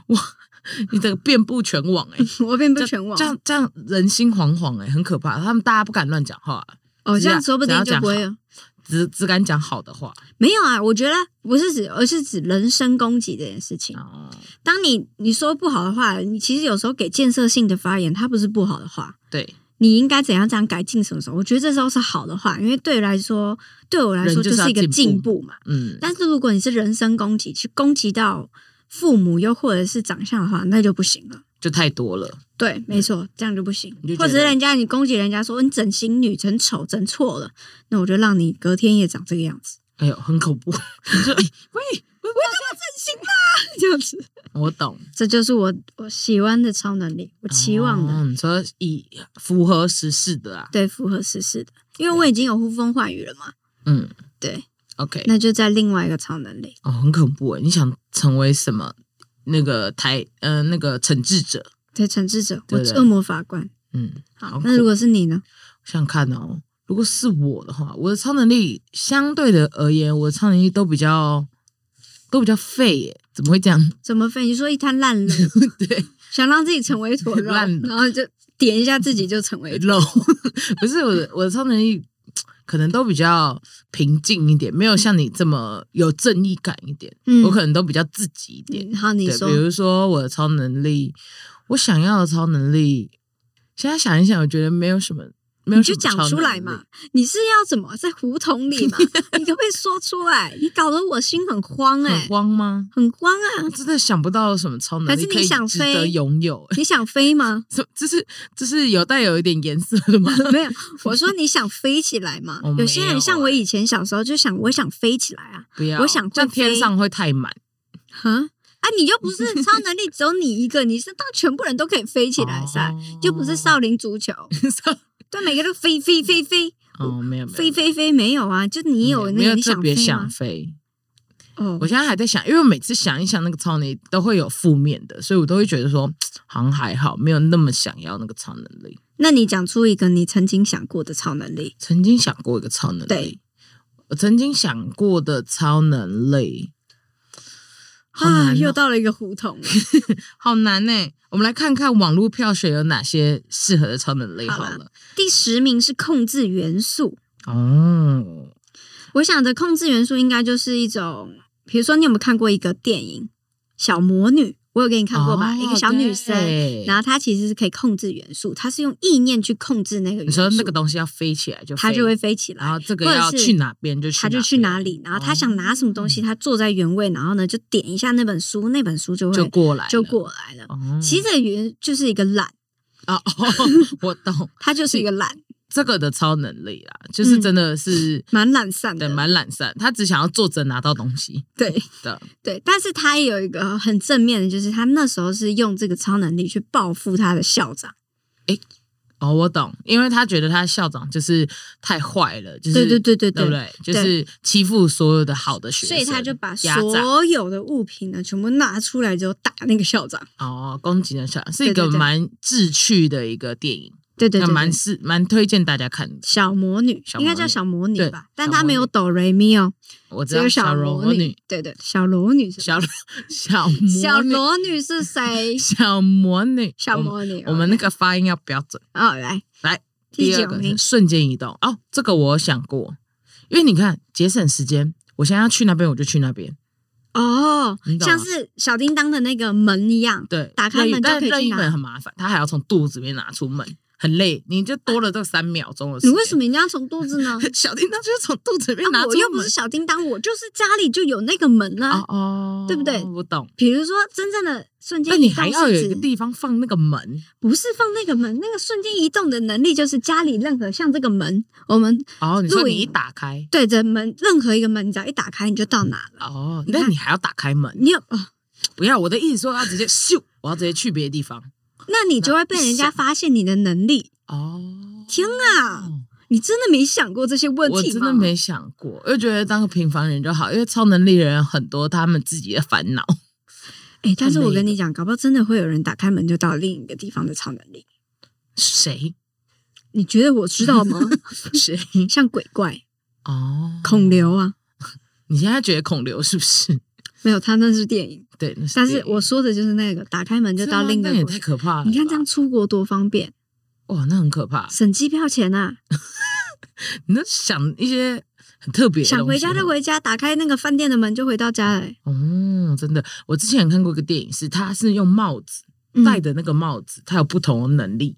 D: 你这个遍布全网哎、
C: 我并不
D: 这
C: 全网
D: 这，样这样人心惶惶哎、很可怕。他们大家不敢乱讲话，
C: 哦，
D: 只
C: 这样
D: 要
C: 说不
D: 只
C: 定
D: 要
C: 就
D: 啊讲
C: 不会
D: 好
C: 有。
D: 只只敢讲好的话
C: 没有啊，我觉得不是指，而是指人身攻击这件事情。
D: 啊、
C: 当你你说不好的话，你其实有时候给建设性的发言，它不是不好的话，
D: 对，
C: 你应该怎样怎样改进什么什么。我觉得这时候是好的话，因为对我来说，对我来
D: 人
C: 说
D: 就是是要
C: 一个
D: 进
C: 进
D: 步
C: 步嘛。
D: 嗯，
C: 但是如果你是人身攻击，去攻击到父母又或者是长相的话，那就不行了。
D: 就太多了。
C: 对，没错，这样就不行
D: 你就。觉
C: 或
D: 得
C: 者是人家你攻击人家说你整形女、整丑、整错了，那我就让你隔天也长这个样子，
D: 哎呦，很恐怖！ 你说，哎喂，
C: 这样子。
D: 我懂，
C: 这就是我我喜欢的超能力，我期望的，
D: 哦你说以符合时事的啊，
C: 对，符合时事的，因为我已经有呼风唤雨了嘛。
D: 嗯
C: 对，
D: ，OK，
C: 那就在另外一个超能力，
D: 哦，很恐怖哎！你想成为什么？那个台，呃，那个惩治者，
C: 对，惩治者，我
D: 对对
C: 恶魔法官。
D: 嗯，
C: 好
D: 好，
C: 那如果是你呢？
D: 想想看哦，如果是我的话，我的超能力相对的而言，我的超能力都比较都比较废耶，怎么会这样？
C: 怎么分？你说一滩烂肉，
D: 对，
C: 想让自己成为一坨肉，
D: 烂
C: 然后就点一下自己就成为一坨。
D: 肉，不是我的我的超能力可能都比较平静一点，没有像你这么有正义感一点，
C: 嗯
D: 我可能都比较自己一点。
C: 嗯好，你
D: 对，
C: 说
D: 比，如说我的超能力，我想要的超能力，现在想一想，我觉得没有什么，没有
C: 你
D: 什
C: 就
D: 么
C: 讲
D: 超
C: 出
D: 能
C: 来
D: 力
C: 嘛。。你是要怎么在胡同里 嘛？你可不可以说出来？你搞得我心很慌哎、
D: 很慌吗？
C: 很慌啊！
D: 我真的想不到有什么超能
C: 还
D: 力
C: 是你
D: 可以
C: 想
D: 值得
C: 飞
D: 拥有，
C: 你想飞吗？
D: 这这是这是有带有一点颜色的吗？
C: 没有，我说你想飞起来嘛
D: 我没？有
C: 有些人像我
D: 欸
C: 以前小时候就想，我想飞起来啊，
D: 不要，
C: 我想
D: 这样
C: 会
D: 天
C: 飞
D: 上会太满。
C: 哈啊，你又不是超能力只有你一个，你是当全部人都可以飞起来
D: 哦
C: 噻，就不是 少林足球，对，每个都飞飞飞飞
D: 啊哦，没有没有，
C: 飞飞飞，没有啊，就你有
D: 没
C: 那
D: 有
C: 个你
D: 特
C: 想
D: 别
C: 飞
D: 想
C: 吗？
D: 飞？
C: 哦
D: 我，现在还在想，因为我每次想一想那个超能力都会有负面的，所以我都会觉得说好像还好，没有那么想要那个超能力。
C: 那你讲出一个你曾经想过的超能力，
D: 曾经想过一个超能
C: 对
D: 力，我曾经想过的超能力，好
C: 啊，
D: 难哦、
C: 又到了一个胡同 了，
D: 好难呢、我们来看看网络票选有哪些适合的超能力好
C: 好
D: 了。
C: 啦第十名是控制元素，
D: 哦，
C: 我想着控制元素应该就是一种，比如说你有没有看过一个电影《小魔女》？我有给你看过吧？
D: 哦
C: 一个小女生，
D: 对
C: 然后她其实是可以控制元素，她是用意念去控制那个元
D: 你
C: 素，
D: 说那个东西要飞起来就
C: 她
D: 飞
C: 就会，飞起
D: 然
C: 来，
D: 后这个
C: 或者
D: 要
C: 是
D: 去哪边就去
C: 她就去
D: 边
C: 哪里，然后她想拿什么东西，
D: 哦
C: 她坐在原位，然后呢就点一下那本书，那本书就会
D: 就过来了
C: 就。过来了。
D: 哦，
C: 其实这个原就是一个懒，
D: 哦 哦，我懂
C: 它就是一个懒，
D: 这个的超能力啦，就是真的是、
C: 嗯蛮懒散
D: 对
C: 的，
D: 蛮懒散，他只想要坐着拿到东西
C: 对。
D: 的。
C: 对，但是他也有一个很正面的，就是他那时候是用这个超能力去报复他的校长。
D: 哦，我懂，因为他觉得他校长就是太坏了，就
C: 对
D: 是
C: 对对对
D: 对不
C: 对，
D: 对？就是欺负所有的好的学生，
C: 所以他就把
D: 压榨
C: 所有的物品呢全部拿出来，之后打那个校长。
D: 哦攻击的校长是一个
C: 对对对
D: 蛮志趣的一个电影，
C: 对对
D: 那
C: 对，
D: 蛮
C: 对
D: 是蛮推荐大家看的。
C: 小魔女，
D: 小
C: 应该
D: 魔
C: 叫
D: 女
C: 小魔女
D: 对
C: 吧？但
D: 小
C: 她
D: 魔
C: 没有
D: 女
C: 哆瑞咪哦，
D: 我知
C: 只
D: 道
C: 有
D: 小
C: 小
D: 魔女，，
C: 对对，小魔女是
D: 小小魔女？
C: 小魔女是谁
D: 小魔女，
C: 小
D: 我们
C: 魔女，
D: 我们那个发音要标准。
C: 哦，来
D: 来，
C: 第
D: 第二
C: 九
D: 个
C: 名
D: 是，瞬间移动哦，这个我有想过，因为你看节省时间，我现在要去那边我就去那边，
C: 哦
D: 你，懂
C: 像
D: 吗
C: 是小叮当的那个门一样，
D: 对，
C: 打开门
D: 任
C: 就
D: 但
C: 可以
D: 任
C: 去
D: 意
C: 拿
D: 门很麻烦，他还要从肚子里面拿出门，很累，你就多了这三秒钟的时
C: 你
D: 间。
C: 为什么一定要从肚子呢？
D: 小叮当就是从肚子里面拿
C: 啊，
D: 出
C: 我又不是
D: 门？
C: 小叮当，我就是家里就有那个门啦、
D: 哦哦，
C: 对不对
D: 我懂。
C: 比如说，真正的瞬
D: 那
C: 间移
D: 你
C: 动
D: 还要有
C: 是
D: 一个
C: 指
D: 地方放那个门
C: 不是放那个门，那个瞬间移动的能力就是家里任何像这个门，我们
D: 哦，你说
C: 录
D: 你
C: 影
D: 一打开
C: 对着门任何一个门，你只要一打开你就到哪了。
D: 哦，
C: 你
D: 那
C: 看
D: 你还要打开门？
C: 你有哦，
D: 不要，我的意思说要直接咻，我要直接去别的地方
C: 那你就会被人家发现你的能力。
D: 哦。
C: 天啊，
D: 哦
C: 你真的没想过这些问题吗？
D: 我真的没想过，我就觉得当个平凡人就好，因为超能力的人很多他们自己的烦恼。
C: 哎、但是
D: 太累
C: 我跟
D: 了
C: 你讲，搞不好真的会有人打开门就到另一个地方的超能力。
D: 谁
C: 你觉得我知道吗？
D: 谁
C: 像鬼怪、
D: 哦？
C: 孔刘啊，
D: 你现在觉得孔刘是不是？
C: 没有，他那是电影。
D: 对，那
C: 但是
D: 电影
C: 我说的就是那个，打开门就到另一
D: 是
C: 个
D: 啊吗那也
C: 国
D: 太
C: 家。
D: 可怕了吧。
C: 你看这样出国多方便，
D: 哇，那很可怕。
C: 省机票钱啊！
D: 你都想一些很特别的
C: 想
D: 东
C: 回
D: 西
C: 家就
D: 哦
C: 回家，打开那个饭店的门就回到家了、欸。
D: 哦，真的，我之前看过一个电影，是他是用帽子
C: 嗯
D: 戴的那个帽子，它有不同的能力。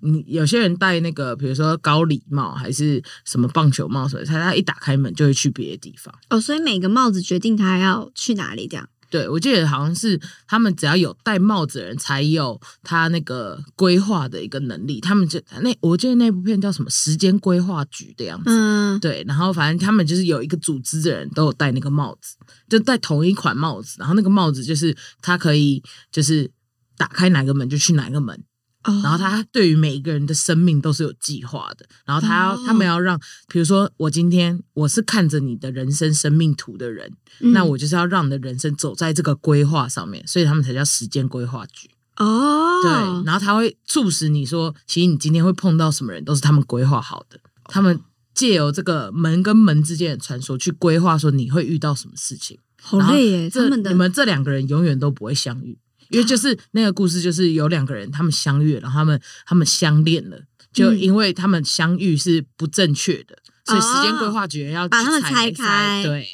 D: 你有些人戴那个，比如说高礼帽还是什么棒球帽什么的，他他一打开门就会去别的地方。
C: 哦，所以每个帽子决定他要去哪里，这样。
D: 对，我记得好像是他们只要有戴帽子的人才有他那个规划的一个能力。他们就那我记得那部片叫什么“时间规划局”的样子。
C: 嗯，
D: 对，然后反正他们就是有一个组织的人都有戴那个帽子，就戴同一款帽子，然后那个帽子就是他可以就是打开哪个门就去哪个门，
C: 哦，
D: 然后他对于每一个人的生命都是有计划的，然后他要、他
C: 哦
D: 们要让，比如说我今天我是看着你的人生生命图的人，
C: 嗯
D: 那我就是要让你的人生走在这个规划上面，所以他们才叫时间规划局。
C: 哦，
D: 对，然后他会促使你说，其实你今天会碰到什么人，都是他们规划好的，他们借由这个门跟门之间的传说去规划，说你会遇到什么事情。
C: 好
D: 然后
C: 累耶，他
D: 这
C: 们的啊
D: 你们这两个人永远都不会相遇，因为就是那个故事，就是有两个人他们相遇，然后他们他们相恋了，就
C: 嗯
D: 因为他们相遇是不正确的，所以时间
C: 哦
D: 规划局要
C: 把他们
D: 去
C: 拆
D: 一
C: 开
D: 对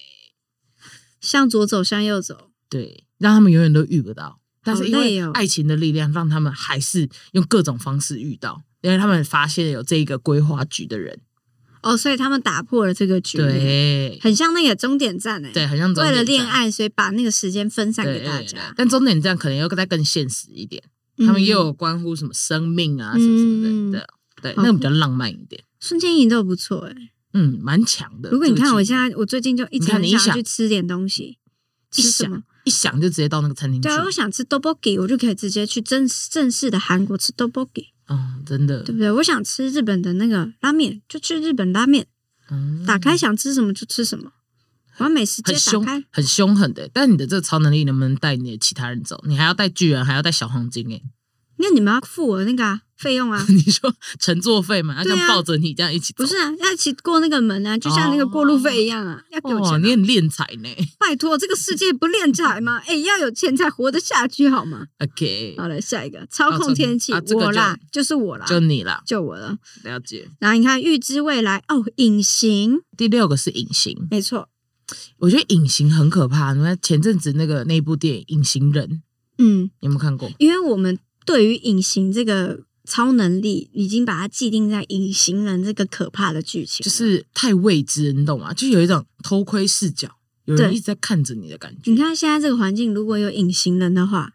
C: 向左走，向右走。
D: 对，让他们永远都遇不到。但是因
C: 好
D: 为
C: 累哦
D: 爱情的力量，让他们还是用各种方式遇到，因为他们发现有这一个规划局的人，
C: 哦，所以他们打破了这个局，，
D: 对
C: 很像那个终点站哎、
D: 对，很像终
C: 为了
D: 点
C: 恋
D: 站
C: 爱，所以把那个时间分散
D: 对
C: 给大
D: 对对
C: 家。
D: 但终点站可能又再更现实一点。他们
C: 嗯
D: 又有关乎什么生命啊，什么什么的，对对，
C: 好
D: 那个比较浪漫一点，
C: 瞬间移动不错哎、
D: 嗯，蛮强的。
C: 如果你看我现
D: 在
C: 在，我最近就一直
D: 你看
C: 很
D: 你一
C: 想要
D: 想
C: 去吃点东西，吃
D: 一
C: 什么
D: 想？一想就直接到那个餐厅去
C: 对，啊，我想吃 tteokbokki，我就可以直接去正正式的韩国吃 tteokbokki，
D: 哦，真的
C: 对，不对？我想吃日本的那个拉面，就去日本拉面，
D: 嗯
C: 打开想吃什么就吃什么。我要美食街
D: 很
C: 打
D: 凶
C: 开，，
D: 很凶狠的。但你的这个超能力能不能带你的其他人走？你还要带巨人，还要带小黄金哎、
C: 那你们要付我那个啊费用啊
D: ？你说乘坐费嘛，要这
C: 对
D: 样
C: 啊
D: 抱着你这样一起走
C: 不。是啊，要一起过那个门啊，就像那个过路费一样啊，要给我
D: 哇，
C: 钱
D: 哦你
C: 啊、
D: 很敛财呢。
C: 拜托，这个世界不练财吗？ 哎，要有钱才活得下去，好吗？
D: OK，
C: 好了，下一个操
D: 哦
C: 控
D: 操
C: 天气，
D: 啊这
C: 我
D: 个就
C: 啦，就是我啦，
D: 就你啦，
C: 就我了。
D: 了解。
C: 然后你看，预知未来哦，隐形，
D: 第六个是隐形，
C: 没错，
D: 我觉得隐形很可怕。你看前阵子那个那部电影《隐形人》，
C: 嗯，
D: 你有没有看过？
C: 因为我们对于隐形这个超能力，已经把它既定在隐形人这个可怕的剧情。
D: 就是太未知，你懂吗？就有一种偷窥视角，有人
C: 对
D: 一直在看着你的感觉
C: 你。看现在这个环境，如果有隐形人的话，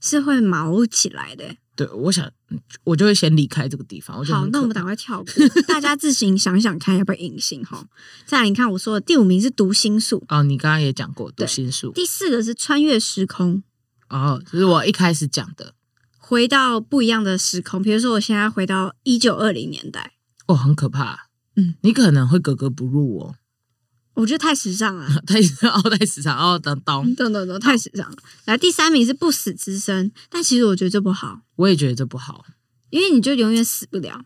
C: 是会毛起来的。
D: 对，我想嗯我就会先离开这个地方。我觉得
C: 好，
D: 很
C: 那
D: 可
C: 我们
D: 怕
C: 赶快跳过，大家自行想想看要不要隐形哈。再来，你看我说的第五名是读心术，
D: 哦，你刚刚也讲过读
C: 对
D: 心术
C: 第四个是穿越时空，
D: 哦，就是我一开始讲的，
C: 回到不一样的时空。比如说，我现在回到一九二零年代，
D: 哦，很可怕。
C: 嗯，
D: 你可能会格格不入哦，
C: 我觉得太时尚了。
D: 太哦太时尚哦，当当，
C: 懂懂懂，太时尚了。来，第三名是不死之身，但其实我觉得这不好。
D: 我也觉得这不好。
C: 因为你就永远死不了。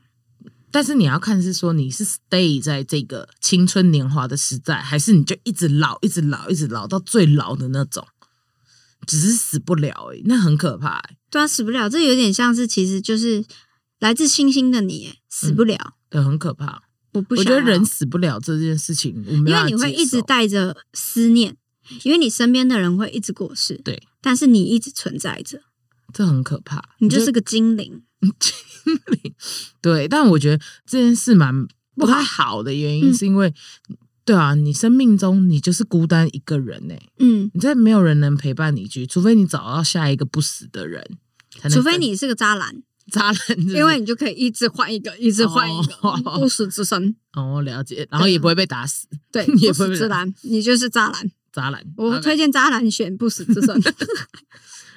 D: 但是你要看是说你是 stay 在这个青春年华的时代，还是你就一直老、一直老、一直老到最老的那种，只是死不了而已，那很可怕、欸。
C: 对啊，死不了，这有点像是其实就是来自星星的你耶死不了，
D: 对，很可怕。
C: 我不
D: 嗯我
C: 想
D: 觉得人
C: 要
D: 死不了这件事情，我没
C: 因为
D: 办法
C: 你会
D: 接
C: 一直
D: 受
C: 带着思念，因为你身边的人会一直过世，
D: 对，
C: 但是你一直存在着，
D: 这很可怕。
C: 你就是个精灵。
D: 对，但我觉得这件事蛮不太好的原因，
C: 嗯
D: 是因为、对啊，你生命中你就是孤单一个人呢、欸
C: 嗯，
D: 你在没有人能陪伴你去，除非你找到下一个不死的人，才能
C: 除非
D: 跟
C: 你是个渣男，
D: 渣男，就是
C: 因为你就可以一直换一个，一直换一个，
D: 哦
C: 不死之身。
D: 哦我了解，
C: 啊
D: 然后也不会被打死，
C: 对，
D: 你也
C: 不
D: 不会
C: 死之男，你就是渣男。
D: 渣男。
C: 我
D: OK
C: 推荐渣男选不死之身。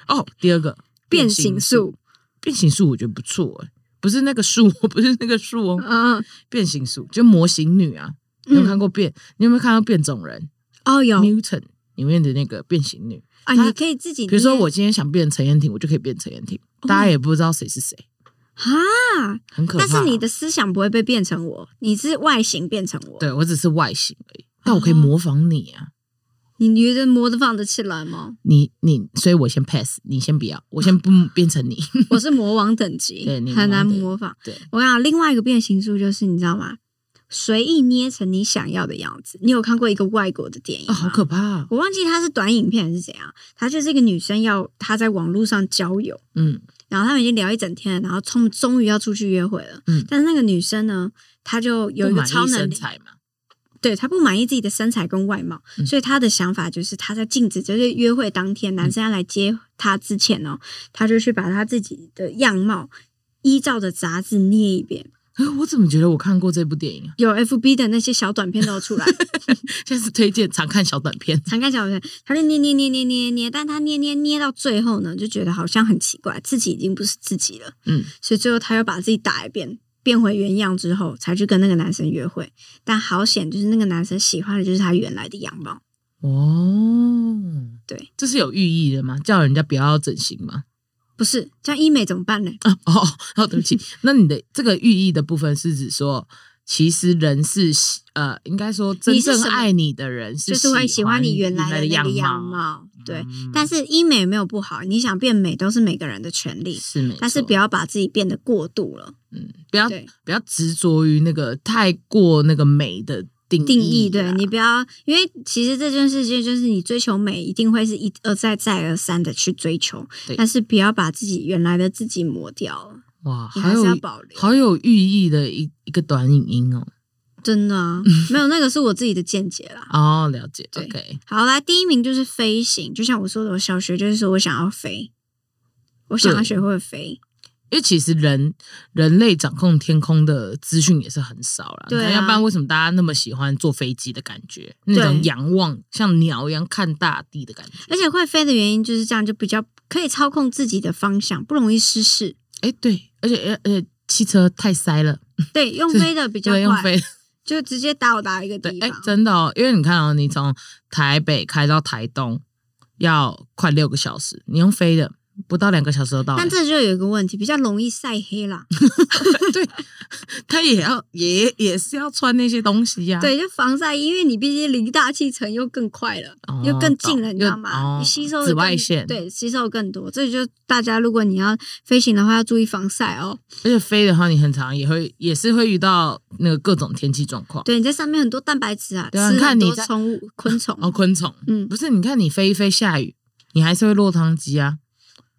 D: 哦，第二个
C: 变形术，
D: 变形术我觉得不错、欸，不是那个术， 不是那个术哦，
C: 嗯
D: 变形术就模型女啊，你有没有看
C: 嗯，
D: 过变？你有没有看到变种人
C: 哦有
D: Mutant 里面的那个变形女？
C: 啊，
D: 他
C: 你可以自己捏。
D: 比如说我今天想变成陈彦廷，我就可以变陈彦廷，
C: 哦
D: 大家也不知道谁是谁，
C: 哈，
D: 很可怕。
C: 但是你的思想不会被变成我，你是外形变成我。
D: 对我只是外形而已，但我可以模仿你
C: 哦
D: 啊。
C: 你觉得模子放得起来 吗？
D: 你你，所以我先 pass，你先不要，我先不变 成你。哦
C: 我是魔王等级
D: 对你，魔王
C: 很难
D: 等级
C: 模仿。
D: 对，
C: 我想另外一个变形术就是你知道吗？随意捏成你想要的样子。你有看过一个外国的电影
D: 啊，
C: 吗？
D: 好可怕、啊。
C: 我忘记它是短影片还是怎样，它就是一个女生要她在网络上交友，
D: 嗯，
C: 然后他们已经聊一整天了，然后他们终于要出去约会了。
D: 嗯
C: 但是那个女生呢，她就有一
D: 不
C: 个
D: 满
C: 超
D: 意
C: 能
D: 身
C: 力，
D: 材嘛，
C: 对她不满意自己的身材跟外貌，
D: 嗯
C: 所以她的想法就是她在禁止，就是约会当天男生要来接她之前哦，她就去把她自己的样貌依照着杂志捏一遍。
D: 哎，我怎么觉得我看过这部电影啊？
C: 有 FB 的那些小短片都有出来，
D: 现在是推荐常看小短片，
C: 常看小短片，她就捏捏捏捏捏捏，但她捏捏捏到最后呢，就觉得好像很奇怪，自己已经不是自己了。
D: 嗯，
C: 所以最后他又把自己打一遍，变回原样之后，才去跟那个男生约会。但好险，就是那个男生喜欢的就是他原来的样貌。
D: 哦，
C: 对，
D: 这是有寓意的吗？叫人家不要整形吗？
C: 不是，这样医美怎么办呢？
D: 啊， 哦，哦，对不起，那你的这个寓意的部分是指说，其实人是喜呃，应该说真
C: 你是
D: 正
C: 什么
D: 爱你的人是
C: 就是会喜
D: 喜
C: 欢
D: 欢
C: 你原来
D: 来
C: 的那
D: 样
C: 个样
D: 貌，
C: 貌。对，
D: 嗯
C: 但是医美没有不好，你想变美都是每个人的权利，
D: 是没错，
C: 但是不要把自己变得过度了。
D: 嗯，不要
C: 对
D: 不要执着于那个太过那个美的定
C: 定义对
D: 啦
C: 你不要，因为其实这件事情就是你追求美，一定会是一而再再而三的去追求
D: 对，
C: 但是不要把自己原来的自己磨掉了，
D: 哇，
C: 你
D: 好
C: 还是
D: 有
C: 要保留。
D: 好有寓意的一一个短影音哦。
C: 真的啊，
D: 嗯
C: 没有那个是我自己的见解啦。
D: 哦，了解
C: 对
D: ，OK，
C: 好啦，第一名就是飞行，就像我说的，我小学就是说我想要飞，我想要
D: 对
C: 学会飞。
D: 因为其实人人类掌控天空的资讯也是很少啦，
C: 对啊
D: 你看要不然为什么大家那么喜欢坐飞机的感觉？那种仰望像鸟一样看大地的感觉。
C: 而且会飞的原因就是这样，就比较可以操控自己的方向，不容易失事。
D: 哎，对，而且而且汽车太塞了，
C: 对，用飞的比较
D: 对，用
C: 快，
D: 飞
C: 就直接到达一个
D: 对
C: 地，
D: 哎，
C: 方。
D: 真的哦，因为你看哦，你从台北开到台东要快六个小时，你用飞的不到两个小时就到了
C: 但。这就有一个问题，比较容易晒黑啦。
D: 对，他也要也也是要穿那些东西呀、
C: 对，就防晒衣，因为你毕竟离大气层又更快了，
D: 哦
C: 又更近了，
D: 懂
C: 你知道
D: 又
C: 吗？
D: 哦
C: 你吸收的
D: 紫外
C: 更
D: 线
C: 对，吸收得更多。这就大家如果你要飞行的话，要注意防晒哦。
D: 而且飞的话，你很常也会也是会遇到那个各种天气状况。
C: 对，你在上面很多蛋白质啊，
D: 啊对啊
C: 吃
D: 你看
C: 很
D: 你
C: 多
D: 在
C: 宠物昆虫。
D: 哦，昆虫，
C: 嗯
D: 不是，你看你飞一飞下雨，你还是会落汤鸡啊，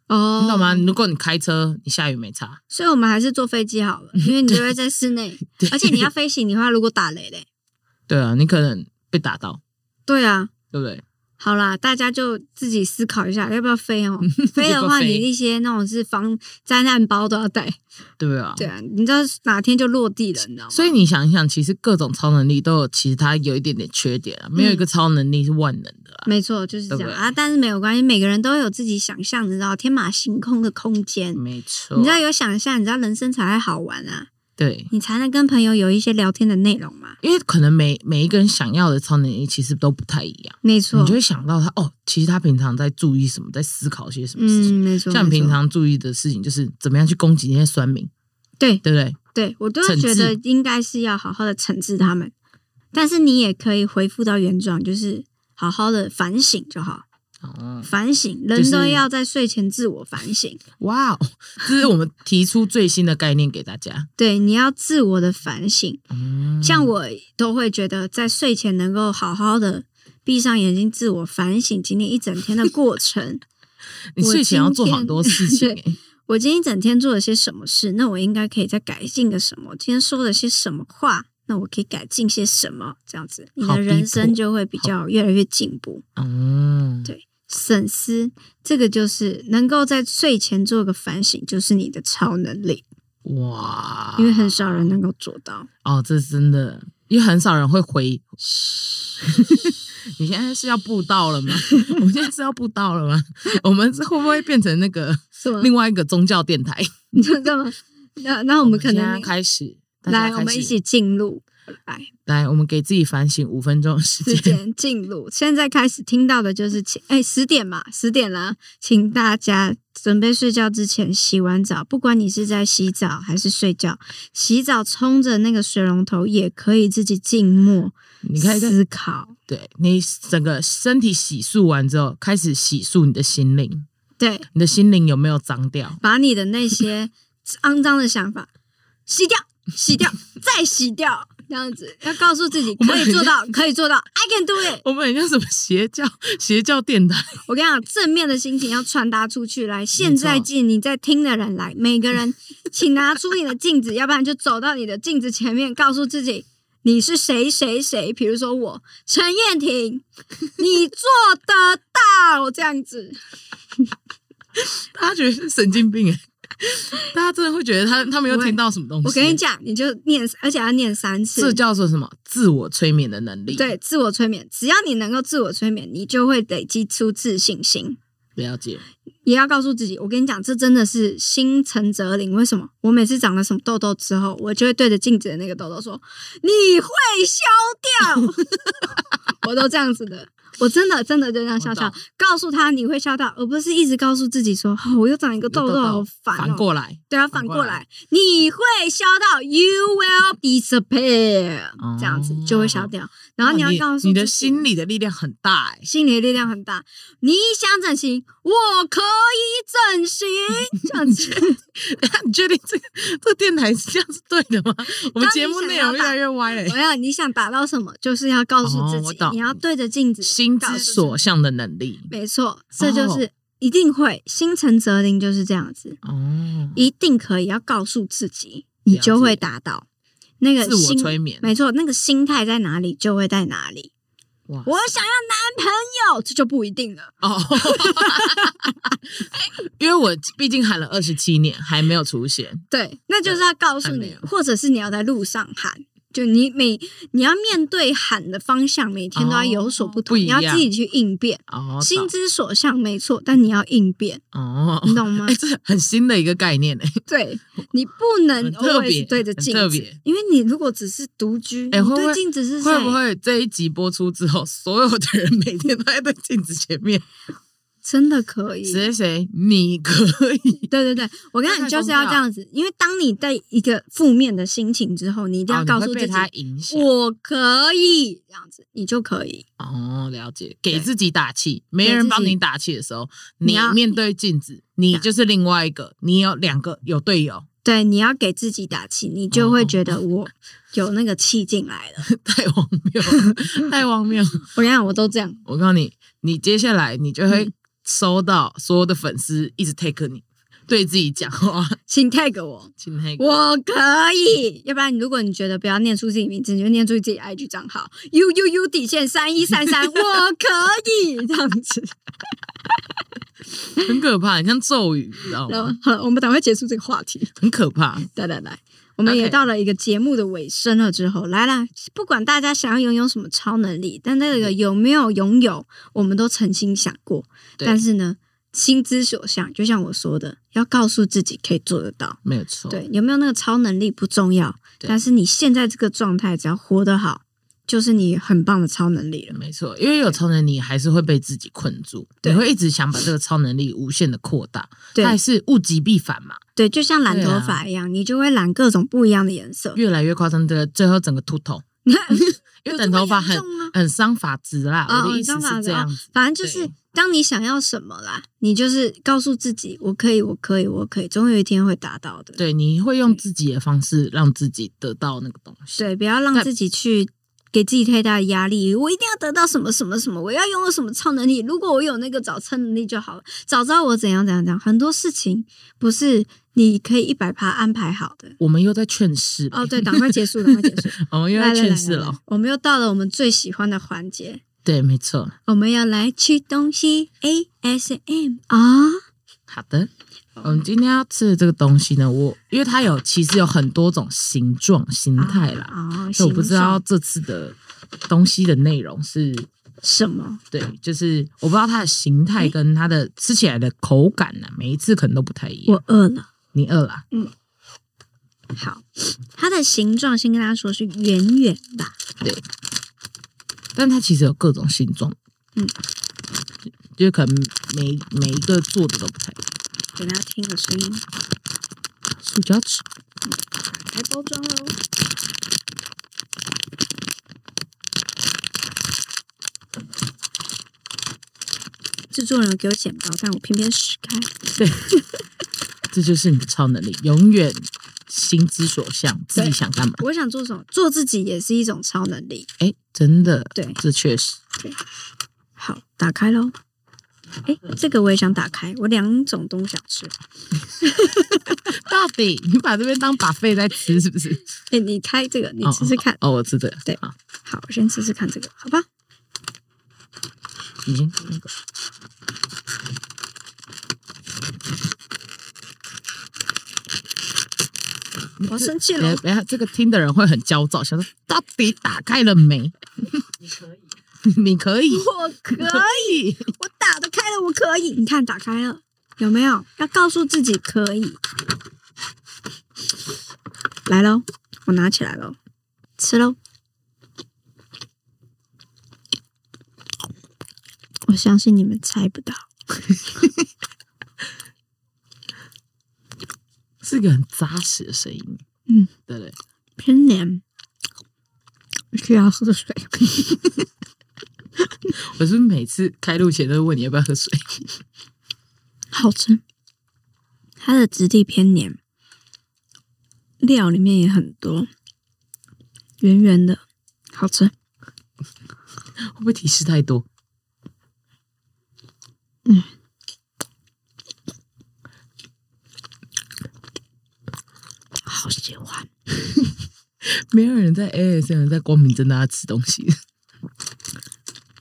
C: 哦，
D: 你懂吗？？如果你开车，你下雨没差，
C: 所以我们还是坐飞机 好了，因为你就会在室内，而且你要飞行的话，如果打雷嘞，
D: 对啊，你可能被打到，
C: 对啊。
D: 对不对？
C: 好啦，大家就自己思考一下要不要飞 哦。飞
D: 要
C: 的
D: 不要
C: 话，你
D: 飞
C: 那些那种是防灾难包都要带。
D: 对不对啊？
C: 对啊，你知道哪天就落地了，你知道吗？
D: 所以你想一想，其实各种超能力都有，其实它有一点点缺点啊，没有一个超能力是万能的啦。
C: 没错，就是这
D: 对
C: 样
D: 不对
C: 啊。但是没有关系，每个人都有自己想象，你知道天马行空的空间。
D: 没错，
C: 你知道有想象，你知道人生才会好玩啊，
D: 对，
C: 你才能跟朋友有一些聊天的内容嘛。
D: 因为可能每每一个人想要的超能力其实都不太一样，
C: 没错
D: 你就，会想到他哦，其实他平常在注意什么，在思考些什么事情。
C: 嗯，没错，
D: 像你
C: 没错
D: 平常注意的事情，就是怎么样去攻击那些酸民，
C: 对
D: 对不对？
C: 对我都
D: 惩
C: 觉得
D: 治
C: 应该是要好好的惩治他们，但是你也可以恢复到原状，就是好好的反省就好。
D: 哦，
C: 反省，
D: 就
C: 人
D: 是
C: 都要在睡前自我反省。
D: 哇哦，这是我们提出最新的概念给大家。
C: 对，你要自我的反省。
D: 嗯，
C: 像我都会觉得，在睡前能够好好的闭上眼睛，自我反省今天一整天的过程。
D: 你睡前要做好多事情、
C: 我今
D: 欸，
C: 我今天一整天做了些什么事？那我应该可以再改进个什么？今天说了些什么话？那我可以改进些什么？这样子，你
D: 好
C: 的
D: 逼
C: 人生
D: 迫
C: 就会比较越来越进步。
D: 嗯，
C: 对省思，这个就是能够在睡前做个反省，就是你的超能力，
D: 嗯哇，
C: 因为很少人能够做到。
D: 哦，这真的，因为很少人会 回。你现在是要布道了吗？我们现在是要布道了吗？我们是会不会变成那个
C: 是吗？
D: 另外一个宗教电台？
C: 你知道 吗？那那我
D: 我
C: 们可
D: 现
C: 能
D: 在开始，大家
C: 来，
D: 开
C: 我们一
D: 始
C: 起进入，来
D: 来，我们给自己反省五分钟 的时
C: 之
D: 间。
C: 前 进入。现在开始听到的就是请，哎，十点嘛，十点啦，请大家准备睡觉之前洗完澡，不管你是在洗澡还是睡觉，洗澡冲着那个水龙头也可以自己静默
D: 你 可以在
C: 思考，
D: 对你整个身体洗漱完之后，开始洗漱你的心灵，
C: 对，
D: 你的心灵有没有脏掉？
C: 把你的那 些肮脏的想法洗掉，洗掉，再洗掉，这样子要告诉自己
D: 我们
C: 可以
D: 很
C: 做
D: 像
C: 到，可以做到，I can do it。
D: 我们很像什么邪教邪教电台？
C: 我跟你讲，正面的心情要传达出去。来，现在进你在听的人来，每个人，请拿出你的镜子，要不然就走到你的镜子前面，告诉自己你是谁谁谁。比如说我陈燕婷，你做得到这样子。
D: 大家觉得是神经病哎、大家真的会觉得他他们又听到什么东西？
C: 我跟你，讲，你就念，而且要念三
D: 这
C: 次。
D: 叫做什么？自我催眠的能力。
C: 对，，自我催眠，只要你能够自我催眠，你就会累积出自信心。
D: 了解。
C: 也要告诉自己，我跟你讲，这真的是心诚则灵。为什么？我每次长了什么痘痘之后，我就会对着镜子的那个痘痘说：“你会消掉。” 我都这样子的，我真的真的就这样笑
D: 我
C: 笑
D: 懂，
C: 告诉他你会笑到，而不是一直告诉自己说：“哦，我又长一个痘
D: 有
C: 痘，好烦、哦。”
D: 反过来，
C: 对啊，反
D: 反过
C: 过
D: 来
C: 来，你会消到，You will disappear，、
D: 哦
C: 这样子就会消掉。然后
D: 哇
C: 你要
D: 哦你
C: 告诉
D: 你的
C: 自己
D: 心理的力量很 大哎、
C: 心理的力量很大。你想整形，我可以整 形，这样子。
D: 你确定这个这个电台是这样是对的吗？我们
C: 当
D: 节
C: 你
D: 目
C: 想
D: 内
C: 要
D: 容越
C: 打
D: 来越歪了、欸
C: 我。要你想达到什么，就是要告诉自
D: 哦我
C: 己，
D: 懂
C: 你要对着镜子，
D: 心
C: 告诉
D: 之
C: 自己
D: 所向的能力
C: 没错，这就是
D: 哦
C: 一定会，心诚则灵就是这样子，
D: 哦，
C: 一定可以。要告诉自己，你
D: 了
C: 就会
D: 解
C: 达到。那个
D: 自我
C: 心
D: 催眠
C: 没错，那个心态在哪里，就会在哪里。
D: 哇
C: 我想要男朋友，这就不一定了。
D: 哦， 因为我毕竟喊了二十七年还没有出现，
C: 对，那就是要告诉
D: 还没
C: 你
D: 有，
C: 或者是你要在路上喊，就你每你要面对喊的方向，每天都要有所不同，
D: 哦不
C: 你
D: 一样
C: 要自己去应变。
D: 哦，
C: 心之所向没错，但你要应变，
D: 哦，
C: 你懂吗
D: 哎、？这很新的一个概念哎、
C: 对你不能
D: 很特别
C: always 对着镜
D: 很特
C: 子
D: 别，
C: 因为你如果只是独居，
D: 哎
C: 你
D: 会不
C: 对
D: 会
C: 镜子是
D: 会不
C: 晒
D: 会这一集播出之后，所有的人每天都在对镜子 前面？
C: 真的可以。
D: 谁谁谁，你可以
C: 对对对，我跟你
D: 那
C: 讲，
D: 太
C: 就是要
D: 疯
C: 这
D: 掉
C: 样子，因为当你在一个负面的心情之后，你一定 要
D: 哦
C: 告
D: 你
C: 诉自
D: 会被
C: 己，
D: 他影响
C: 我可以这样子，你就可以。
D: 哦，了解，给
C: 对
D: 自己打气，没
C: 给自
D: 人
C: 己
D: 帮你打气的时候，
C: 你
D: 你
C: 要
D: 面对镜子，你就是另外一个，你有两个有队友，
C: 对，你要给自己打气，你就会
D: 哦
C: 觉得我有那个气进来了。
D: 太荒谬了，太荒谬了！
C: 我跟你讲，我都这样，
D: 我告诉你，你接下来你就
C: 嗯
D: 会收到所有的粉丝一直 take 你，对自己讲话，
C: 请 tag 我，
D: 请那个
C: 我可以。要不然，如果你觉得不要念出自己名字，你就念出自己 IG 账号 u u u 底线三一三三，我可以 这样子。
D: 很可怕，很像咒语，你知道
C: 然后
D: 吗？，
C: 好了，我们赶快结束这个话题。
D: 很可怕。
C: 来来来，我们也
D: OK
C: 到了一个节目的尾声了之后，来啦，不管大家想要拥有什么超能力，但那
D: 嗯
C: 个有没有拥有，我们都曾经想过。
D: 对
C: 但是呢，心之所向，就像我说的，要告诉自己可以做得到。
D: 没有错，
C: 对，有没有那个超能力不重要，
D: 哦对
C: 但是你现在这个状态，只要活得好，就是你很棒的超能力了。
D: 没错，因为有超能力，还是会被自己困住，
C: 对
D: 你会一直想把这个超能力无限的扩大，
C: 对
D: 它还是物极必反嘛。
C: 对，就像染
D: 啊
C: 头发一样，你就会染各种不一样的颜色。
D: 越来越夸张，这个最后整个 秃头，因为
C: 有
D: 染
C: 这么
D: 头发很
C: 严重吗
D: 很伤发质啦。
C: 哦
D: 我的
C: 很
D: 意思
C: 伤发
D: 是
C: 质
D: 这样子，
C: 反正就是
D: 对
C: 当你想要什么啦，你就是告诉自己，我可以，我可以，我可以，总有一天会达到的。
D: 对，你会用自己的方式让自己得到那个东西。
C: 对，不要让
D: 但
C: 自己去给自己太大的压力。我一定要得到什么什么什么，我要拥有什么超能力。如果我有那个早超能力就好了，早知道我怎样怎样怎样。很多事情不是你可以一百趴安排好的。
D: 我们又在劝世了
C: 哦，对，赶快结束，赶快 结束，
D: 我们又
C: 来
D: 在
C: 来来
D: 劝世
C: 来来
D: 了。，
C: 我们又到了我们最喜欢的环节，
D: 对，没错。
C: 我们要来吃东西 ASM 啊。
D: 好的，我们今天要吃的这个东西呢，我因为它有其实有很多种形状、形态啦，
C: 啊，
D: 所以我不知道
C: 形
D: 这次的东西的内容是
C: 状什么。
D: 对，就是我不知道它的形态跟它的吃起来的口感呢、每一次可能都不太一样。
C: 我饿了。
D: 你饿啦？
C: 好，它的形状先跟大家说是圆圆的，
D: 但它其实有各种形状，
C: 嗯，
D: 就是可能每每一个做的都不太一样。
C: 给大家听个声音。
D: 塑胶纸，
C: 打开包装哦喽。制作人有给我剪刀，但我偏偏撕开。
D: 这就是你的超能力，永远心之所向，自己
C: 对
D: 想干嘛？
C: 我想做什么？做自己也是一种超能力。
D: 哎、真的，
C: 对
D: 这确实。
C: 好，打开喽。哎，这个我也想打开，我两种都想吃。
D: 到底你把这边当把费在吃是不是？
C: 哎，你开这个，你试试看。
D: 哦，我吃这个，
C: 对
D: 好，
C: 好，我先试试看这个，好吧？
D: 已经那个
C: 我生气
D: 等
C: 了
D: 一下，等一下，这个听的人会很焦躁，想说到底打开了没？ 你可以，
C: 我可
D: 你可以，
C: 我打得开了，我可以。你看，打开了，有没有？要告诉自己可以。来喽，我拿起来喽，吃喽。我相信你们猜不到，
D: 是一个很扎实的声音，
C: 嗯，
D: 对不对？
C: 偏甜。需要喝水。
D: 我是不是每次开录前都会问你要不要喝水，
C: 好吃。它的质地偏黏，料里面也很多，圆圆的，好吃。
D: 会不会提示太多？
C: 嗯，好喜欢。
D: 没有人在 ASM 在光明正大地吃东西。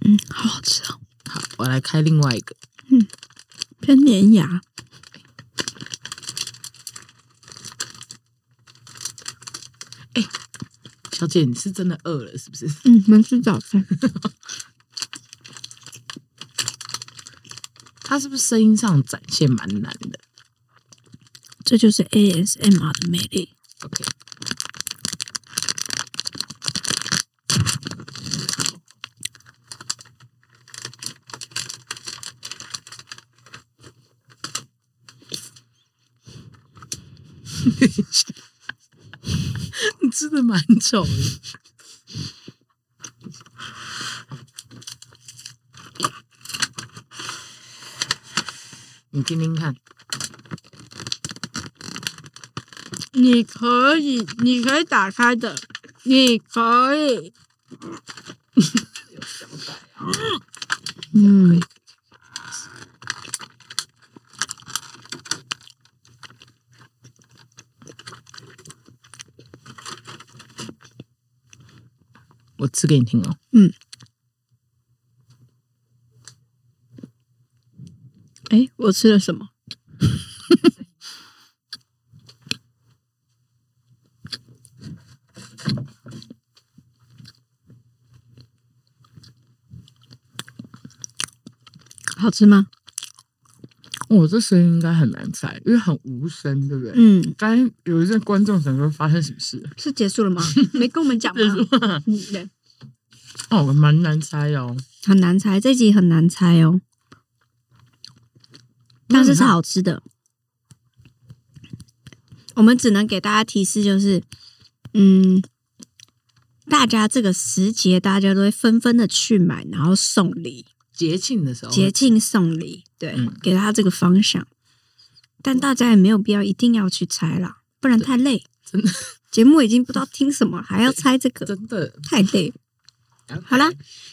C: 嗯，好好吃哦，
D: 好，我来开另外一个，
C: 偏粘牙。
D: 小姐，你是真的饿了是不是？
C: 嗯，能吃早餐。
D: 它是不是声音上展现蛮难的
C: 这就是 ASMR 的魅力。
D: ？OK，你 吃的蛮丑的。你听听看，
C: 你可以，你可以打开的，你可以。 嗯，
D: 我吃给你听哦。
C: 哎，我吃了什么？ 好吃吗？
D: 我、哦这声音应该很难猜，因为很无声，对不对？
C: 嗯，
D: 刚才有一阵观众想说发生什么事，
C: 是结束了 吗？没跟我们讲吗？嗯，对，
D: 哦，蛮难猜的哦。
C: 很难猜，这集很难猜哦，但是是好吃的。我们只能给大家提示，就是嗯，大家这个时节，大家都会纷纷的去买，然后送礼，
D: 节庆的时候，
C: 节庆送礼，对，
D: 哦嗯
C: 给他这个方向。但大家也没有必要一定要去猜啦，不然太累。
D: 真的
C: 节目已经不知道听什么，还要猜这个，
D: 真的哎
C: 太累了。好啦，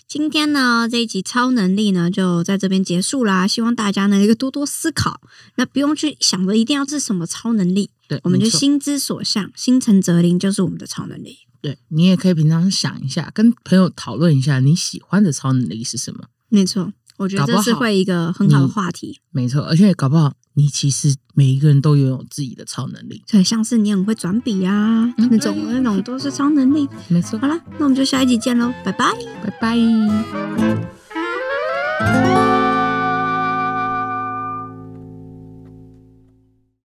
C: 今天呢这一集超能力呢就在这边结束啦。希望大家呢一个多多思考，那不用去想着一定要是什么超能力，
D: 对，
C: 我们就
D: 没错
C: 心之所向，心诚则灵就是我们的超能力。
D: 对你也可以平常想一下，跟朋友讨论一下你喜欢的超能力是什么。
C: 没错，我觉得
D: 搞不
C: 这
D: 好嗯
C: 是会一个很好的话题。
D: 没错，而且搞不好你其实每一个人都拥有自己的超能力。
C: 对，像是你很会转笔啊，
D: 嗯
C: 那种那种都是超能力。
D: 没错
C: 好，啦，那我们就下一集见喽，拜拜。
D: 拜拜。